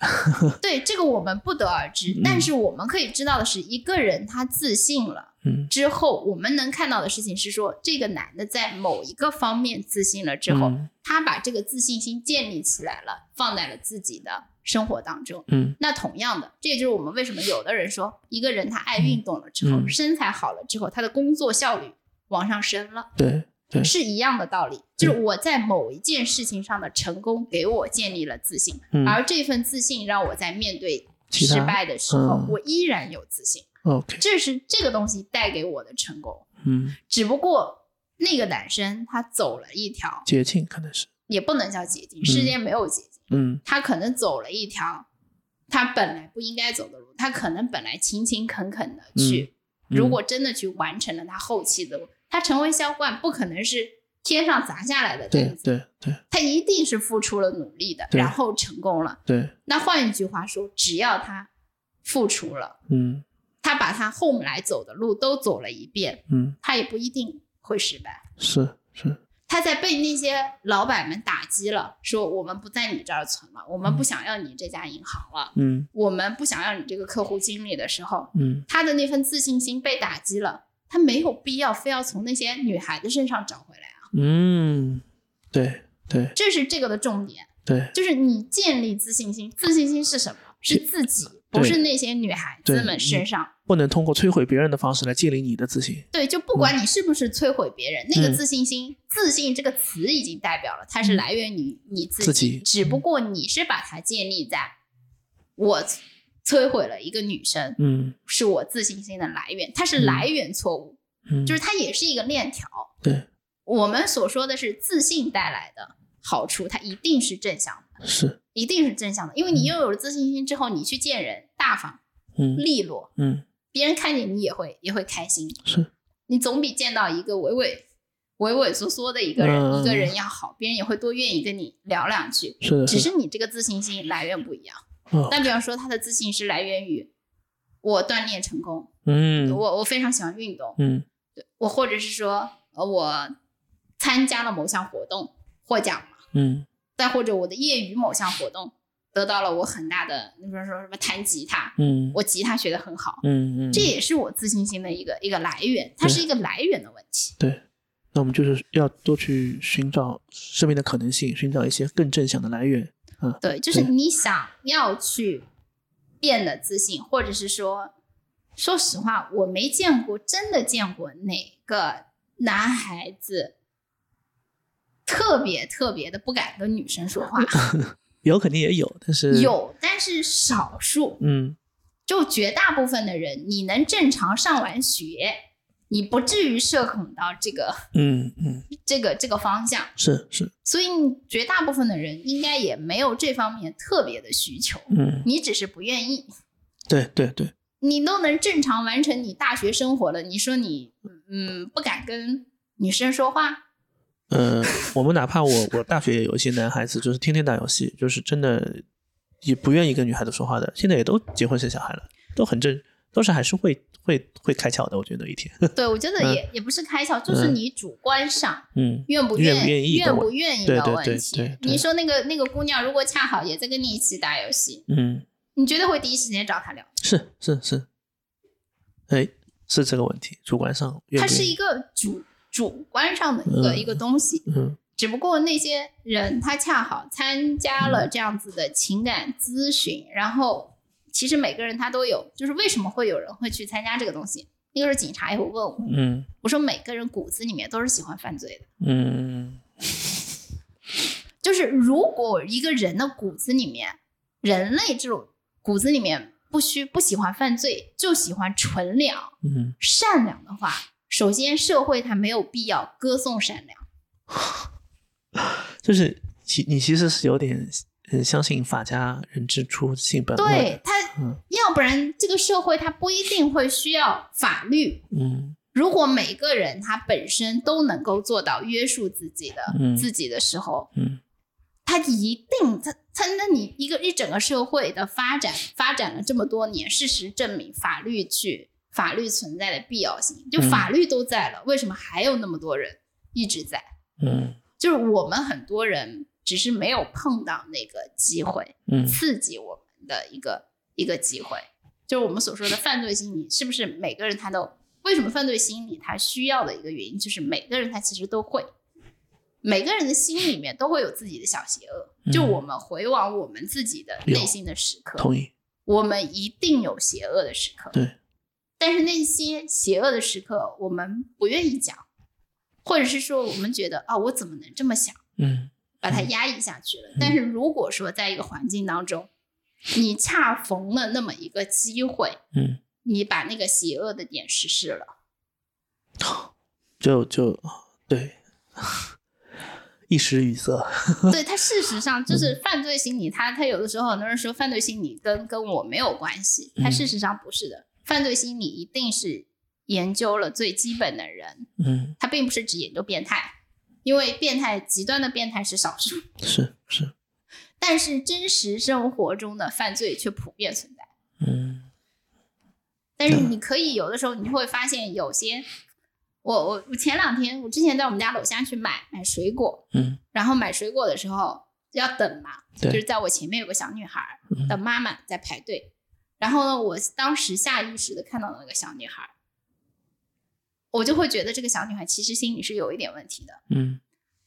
Speaker 3: 对，这个我们不得而知
Speaker 2: 嗯，
Speaker 3: 但是我们可以知道的是，一个人他自信了。
Speaker 2: 嗯
Speaker 3: 之后，我们能看到的事情是说，这个男的在某一个方面自信了之后，
Speaker 2: 嗯
Speaker 3: 他把这个自信心建立起来了，放在了自己的生活当中。
Speaker 2: 嗯
Speaker 3: 那同样的，这也就是我们为什么有的人说，一个人他爱运动了之后，
Speaker 2: 嗯
Speaker 3: 身材好了之后，他的工作效率往上升了，
Speaker 2: 对对
Speaker 3: 是一样的道理。就是我在某一件事情上的成功，给我建立了自信，
Speaker 2: 嗯
Speaker 3: 而这份自信让我在面对
Speaker 2: 其他
Speaker 3: 失败的时候
Speaker 2: 嗯，
Speaker 3: 我依然有自信。
Speaker 2: ，OK，
Speaker 3: 这是这个东西带给我的成功。
Speaker 2: 嗯，
Speaker 3: 只不过那个男生他走了一条，
Speaker 2: 捷径可能是，
Speaker 3: 也不能叫捷径，
Speaker 2: 嗯
Speaker 3: 世界没有捷径。
Speaker 2: 嗯
Speaker 3: 他可能走了一条他本来不应该走的路，他可能本来勤勤恳恳的去，
Speaker 2: 嗯
Speaker 3: 如果真的去完成了他后期的路，他成为销冠不可能是天上砸下来的
Speaker 2: 对
Speaker 3: 单子，
Speaker 2: 对对
Speaker 3: 他一定是付出了努力的，
Speaker 2: 对
Speaker 3: 然后成功了。
Speaker 2: 对，
Speaker 3: 那换一句话说，只要他付出了，
Speaker 2: 嗯
Speaker 3: 他把他后来走的路都走了一遍，
Speaker 2: 嗯，
Speaker 3: 他也不一定会失败。
Speaker 2: 是是，
Speaker 3: 他在被那些老板们打击了，说我们不在你这儿存了，我们不想要你这家银行了，
Speaker 2: 嗯
Speaker 3: 我们不想要你这个客户经理的时候，
Speaker 2: 嗯
Speaker 3: 他的那份自信心被打击了，他没有必要非要从那些女孩子身上找回来啊。
Speaker 2: 嗯，对对
Speaker 3: 这是这个的重点，
Speaker 2: 对
Speaker 3: 就是你建立自信心，自信心是什么？是自己，不是那些女孩子们
Speaker 2: 嗯
Speaker 3: 身上。
Speaker 2: 不能通过摧毁别人的方式来建立你的自信。
Speaker 3: 对，就不
Speaker 2: 嗯
Speaker 3: 管你是不是摧毁别人，那个自信心，自信这个词已经代表了，它是来源于你自己，
Speaker 2: 嗯自己嗯
Speaker 3: 只不过你是把它建立在我摧毁了一个女生，
Speaker 2: 嗯
Speaker 3: 是我自信心的来源，它是来源错误，
Speaker 2: 嗯，
Speaker 3: 就是它也是一个链条。
Speaker 2: 对，
Speaker 3: 我们所说的是自信带来的好处，它一定是正向的，
Speaker 2: 是，
Speaker 3: 一定是正向的，因为你拥有了自信心之后，你去见人大方
Speaker 2: 嗯
Speaker 3: 利落，
Speaker 2: 嗯
Speaker 3: 别人看见你也会也会开心，
Speaker 2: 是，
Speaker 3: 你总比见到一个畏畏畏畏缩缩的一个人、
Speaker 2: 嗯
Speaker 3: 一个人要好，别人也会多愿意跟你聊两句。
Speaker 2: 是的，
Speaker 3: 只
Speaker 2: 是的，
Speaker 3: 是你这个自信心来源不一样。
Speaker 2: 哦
Speaker 3: 但比方说，他的自信是来源于我锻炼成功，
Speaker 2: 嗯
Speaker 3: 我我非常喜欢运动，
Speaker 2: 嗯
Speaker 3: 我或者是说，呃，我参加了某项活动获奖了，
Speaker 2: 嗯
Speaker 3: 再或者我的业余某项活动得到了我很大的，你比如说什么弹吉他，
Speaker 2: 嗯
Speaker 3: 我吉他学得很好，
Speaker 2: 嗯嗯，
Speaker 3: 这也是我自信心的一个一个来源，它是一个来源的问题。
Speaker 2: 对，那我们就是要多去寻找生命的可能性，寻找一些更正向的来源。
Speaker 3: 对，就是
Speaker 2: 对
Speaker 3: 你想要去变得自信，或者是说，说实话，我没见过，真的见过哪个男孩子特别特别的不敢跟女生说话，
Speaker 2: 有肯定也有，但嗯是，
Speaker 3: 有，但是少数。
Speaker 2: 嗯
Speaker 3: 就绝大部分的人，你能正常上完学，你不至于社恐到这个
Speaker 2: 嗯嗯，
Speaker 3: 这个这个方向，
Speaker 2: 是是，
Speaker 3: 所以你绝大部分的人应该也没有这方面特别的需求，
Speaker 2: 嗯，
Speaker 3: 你只是不愿意。
Speaker 2: 对对对，
Speaker 3: 你都能正常 完成你大学生活了，你说你嗯不敢跟女生说话，
Speaker 2: 呃，我们哪怕我我大学也有一些男孩子，就是天天打游戏，就是真的也不愿意跟女孩子说话的，现在也都结婚生小孩了，都很正，都是还是会会会开窍的，我觉得一天，
Speaker 3: 对我觉得也、也不是开窍，就是你主观上
Speaker 2: 嗯，
Speaker 3: 愿不
Speaker 2: 愿不
Speaker 3: 愿
Speaker 2: 愿意的
Speaker 3: 不
Speaker 2: 问
Speaker 3: 愿意
Speaker 2: 对
Speaker 3: 的
Speaker 2: 对
Speaker 3: 问
Speaker 2: 对
Speaker 3: 题。
Speaker 2: 对对
Speaker 3: 你说那个那个姑娘，如果恰好也在跟你一起打游戏，
Speaker 2: 嗯，
Speaker 3: 你绝对会第一时间找她聊。
Speaker 2: 是是是，哎，是这个问题，主观上愿
Speaker 3: 它
Speaker 2: 不愿
Speaker 3: 是
Speaker 2: 意
Speaker 3: 一个主主观上的一个、
Speaker 2: 嗯
Speaker 3: 一个东西，
Speaker 2: 嗯
Speaker 3: 只不过那些人他恰好参加了这样子的情感咨询，然后其实每个人他都有，就是为什么会有人会去参加这个东西？一个是警察也会问我，
Speaker 2: 嗯
Speaker 3: 我说每个人骨子里面都是喜欢犯罪的，
Speaker 2: 嗯
Speaker 3: 就是如果一个人的骨子里面，人类这种骨子里面不需不喜欢犯罪，就喜欢纯良
Speaker 2: 嗯，
Speaker 3: 善良的话，首先社会它没有必要歌颂善良。
Speaker 2: 就是其你其实是有点呃相信法家人之初性本恶
Speaker 3: 对
Speaker 2: 的，
Speaker 3: 他，
Speaker 2: 嗯
Speaker 3: 要不然这个社会它不一定会需要法律。
Speaker 2: 嗯
Speaker 3: 如果每个人他本身都能够做到约束自己的、
Speaker 2: 嗯
Speaker 3: 自己的时候，
Speaker 2: 嗯
Speaker 3: 他一定他他那你一个一整个社会的发展发展了这么多年，事实证明法律去法律存在的必要性，就
Speaker 2: 嗯
Speaker 3: 法律都在了，为什么还有那么多人一直在？
Speaker 2: 嗯
Speaker 3: 就是我们很多人只是没有碰到那个机会，
Speaker 2: 嗯
Speaker 3: 刺激我们的一个一个机会，就是我们所说的犯罪心理，是不是每个人他都为什么犯罪心理他需要的一个原因，就是每个人他其实都会，每个人的心里面都会有自己的小邪恶。就
Speaker 2: 嗯
Speaker 3: 我们回望我们自己的
Speaker 2: 有
Speaker 3: 内心的时刻，
Speaker 2: 同意，
Speaker 3: 我们一定有邪恶的时刻。
Speaker 2: 对，
Speaker 3: 但是那些邪恶的时刻，我们不愿意讲，或者是说我们觉得啊，我怎么能这么想？
Speaker 2: 嗯
Speaker 3: 把它压抑下去了。但是如果说在一个环境当中，你恰逢了那么一个机会，
Speaker 2: 嗯。
Speaker 3: 你把那个邪恶的点实施 了，
Speaker 2: 就就对， 一时语塞。
Speaker 3: 对它事实上
Speaker 2: 嗯
Speaker 3: 就是犯罪心理。它它有的时候很多人说犯罪心理跟跟我没有关系，它
Speaker 2: 嗯
Speaker 3: 事实上不是的。犯罪心理一定是研究了最基本的人，
Speaker 2: 嗯，
Speaker 3: 它并不是只研究变态，因为变态极端的变态是少数，
Speaker 2: 是是，
Speaker 3: 但是真实生活中的犯罪却普遍存在。
Speaker 2: 嗯
Speaker 3: 但是
Speaker 2: 嗯
Speaker 3: 你可以有的时候，你就会发现有些，我我我前两天我之前在我们家楼下去买买水果，
Speaker 2: 嗯
Speaker 3: 然后买水果的时候要等嘛，就
Speaker 2: 对
Speaker 3: 是在我前面有个小女孩儿
Speaker 2: 嗯
Speaker 3: 的妈妈在排队，然后呢，我当时下意识的看到了那个小女孩儿，我就会觉得这个小女孩其实心里是有一点问题的，
Speaker 2: 嗯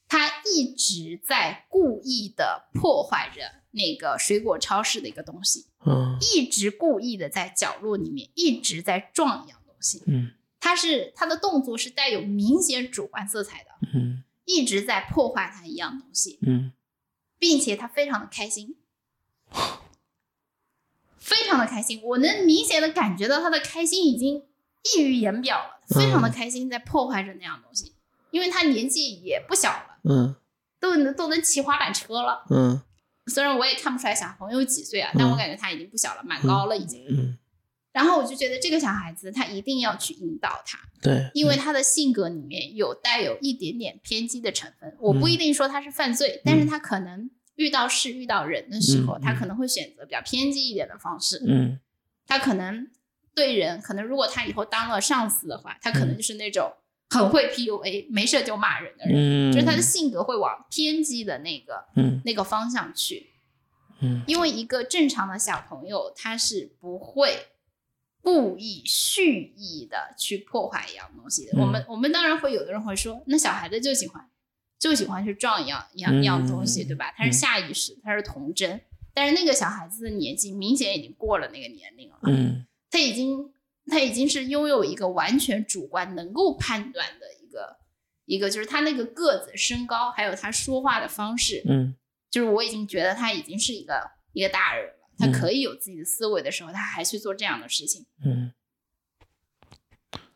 Speaker 3: 她一直在故意的破坏着那个水果超市的一个东西，
Speaker 2: 嗯
Speaker 3: 一直故意的在角落里面一直在撞一样东西，
Speaker 2: 嗯
Speaker 3: 他是他的动作是带有明显主观色彩的，
Speaker 2: 嗯
Speaker 3: 一直在破坏他一样东西，
Speaker 2: 嗯
Speaker 3: 并且他非常的开心，非常的开心，我能明显的感觉到他的开心已经溢于言表了，非
Speaker 2: 嗯
Speaker 3: 常的开心在破坏着那样东西，因为他年纪也不小了，
Speaker 2: 嗯
Speaker 3: 都能都能骑滑板车了。
Speaker 2: 嗯
Speaker 3: 虽然我也看不出来小朋友几岁啊，但我感觉他已经不小了，蛮高了已经。
Speaker 2: 嗯，
Speaker 3: 然后我就觉得这个小孩子他一定要去引导他，
Speaker 2: 对，
Speaker 3: 因为他的性格里面有带有一点点偏激的成分。我不
Speaker 2: 嗯
Speaker 3: 一定说他是犯罪，但是他可能遇到事、遇到人的时候，
Speaker 2: 嗯
Speaker 3: 他
Speaker 2: 嗯
Speaker 3: 可能会选择比较偏激一点的方式。
Speaker 2: 嗯
Speaker 3: 他可能对人，可能如果他以后当了上司的话，他可
Speaker 2: 嗯
Speaker 3: 能就是那种很会 PUA，没事就骂人的人，
Speaker 2: 嗯，
Speaker 3: 就是他的性格会往偏激的那个
Speaker 2: 嗯
Speaker 3: 那个方向去。
Speaker 2: 嗯
Speaker 3: 因为一个正常的小朋友，他是不会故意蓄意的去破坏一样东西的。
Speaker 2: 嗯
Speaker 3: 我们我们当然会有的人会说，那小孩子就喜欢就喜欢去撞一样一样
Speaker 2: 嗯
Speaker 3: 一样东西，对吧？他是
Speaker 2: 嗯
Speaker 3: 下意识，他是童真。但是那个小孩子的年纪明显已经过了那个年龄了，
Speaker 2: 嗯
Speaker 3: 他已经他已经是拥有一个完全主观能够判断的一个一个，就是他那个个子、身高，还有他说话的方式，
Speaker 2: 嗯
Speaker 3: 就是我已经觉得他已经是一个一个大人了，他
Speaker 2: 嗯
Speaker 3: 可以有自己的思维的时候，他还去做这样的事情。
Speaker 2: 嗯。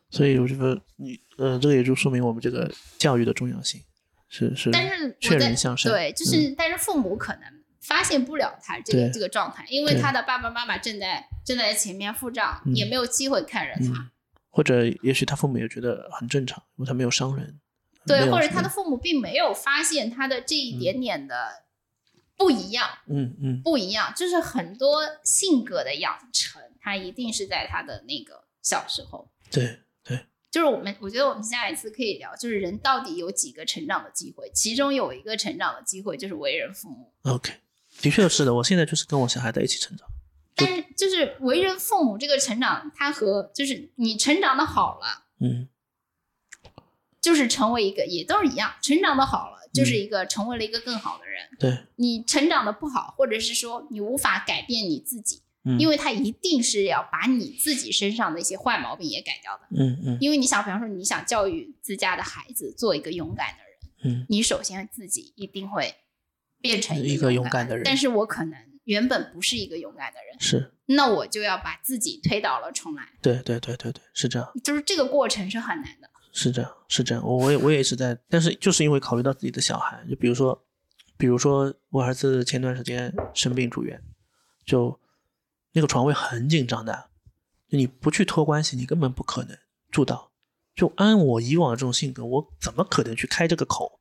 Speaker 2: 所以我觉得你呃，这个也就说明我们这个教育的重要性，是是，
Speaker 3: 但是我
Speaker 2: 劝
Speaker 3: 在
Speaker 2: 人向善，
Speaker 3: 对，就是、但是父母可能发现不了他这个
Speaker 2: 嗯对
Speaker 3: 这个状态，因为
Speaker 2: 对
Speaker 3: 他的爸爸妈妈正在正在前面付账，
Speaker 2: 嗯
Speaker 3: 也没有机会看着他。
Speaker 2: 嗯，或者也许他父母也觉得很正常，因为他没有伤人，没
Speaker 3: 对，
Speaker 2: 有
Speaker 3: 或者他的父母并没有发现他的这一点点的不一样，
Speaker 2: 嗯嗯
Speaker 3: 不一样，就是很多性格的养成，他一定是在他的那个小时候。
Speaker 2: 对对，
Speaker 3: 就是我们，我觉得我们下一次可以聊，就是人到底有几个成长的机会，其中有一个成长的机会就是为人父母，
Speaker 2: OK，的确是的，我现在就是跟我小孩在一起成长。
Speaker 3: 但是就是为人父母这个成长，它和就是你成长的好了，
Speaker 2: 嗯
Speaker 3: 就是成为一个也都是一样，成长的好了就是一个成为了一个更好的人，
Speaker 2: 对，
Speaker 3: 你成长的不好，或者是说你无法改变你自己，
Speaker 2: 嗯，
Speaker 3: 因为他一定是要把你自己身上的一些坏毛病也改掉的。
Speaker 2: 嗯嗯
Speaker 3: 因为你想，比方说你想教育自家的孩子做一个勇敢的人，
Speaker 2: 嗯
Speaker 3: 你首先自己一定会变成
Speaker 2: 一个
Speaker 3: 个
Speaker 2: 勇敢
Speaker 3: 敢
Speaker 2: 的人
Speaker 3: 但是我可能原本不是一个勇敢的人，
Speaker 2: 是
Speaker 3: 那我就要把自己推倒了重来，
Speaker 2: 对对对对对，是这样
Speaker 3: 就是这个过程是很难的。
Speaker 2: 是这样是这样，我我也我也是在，但是就是因为考虑到自己的小孩，就比如说比如说我儿子前段时间生病住院，就那个床位很紧张的，就你不去托关系，你根本不可能住到。就按我以往的这种性格，我怎么可能去开这个口？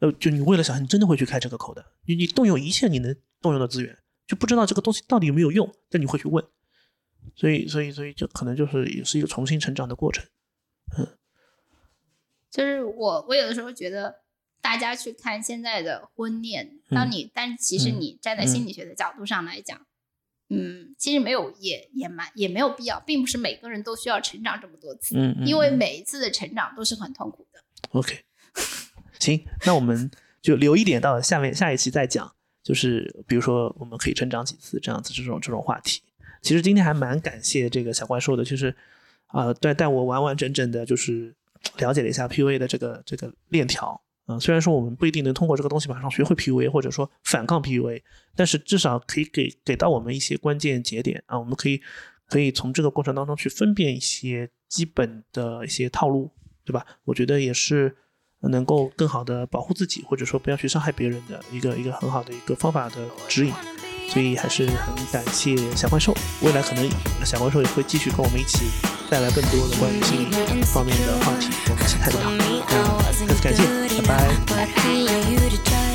Speaker 2: 呃，就你为了小孩，你真的会去开这个口的。你你动用一切你能动用的资源，就不知道这个东西到底有没有用，但你会去问。所以，所以，所以，这可能就是也是一个重新成长的过程。
Speaker 3: 就是我，我有的时候觉得大家去看现在的婚恋，
Speaker 2: 嗯
Speaker 3: 当你、但其实
Speaker 2: 嗯
Speaker 3: 你站在心理学的角度上来讲，嗯，其实没有也也蛮也没有必要，并不是每个人都需要成长这么多次，
Speaker 2: 嗯，嗯
Speaker 3: 因为
Speaker 2: 嗯
Speaker 3: 每一次的成长都是很痛苦的。
Speaker 2: OK，行，那我们就留一点到下面下一期再讲，就是比如说我们可以成长几次这样子这种这种话题。其实今天还蛮感谢这个小怪兽的，就是啊、呃带带我完完整整的，就是了解了一下 PUA 的这个这个链条。嗯、虽然说我们不一定能通过这个东西马上学会 PUA，或者说反抗 PUA，但是至少可以给给到我们一些关键节点啊，我们可以可以从这个过程当中去分辨一些基本的一些套路，对吧？我觉得也是能够更好的保护自己，或者说不要去伤害别人的一个一个很好的一个方法的指引。所以还是很感谢小怪兽，未来可能小怪兽也会继续跟我们一起带来更多的关于心理方面的话题，我们一起探讨。嗯，再次感谢，拜拜。
Speaker 4: But I need you to try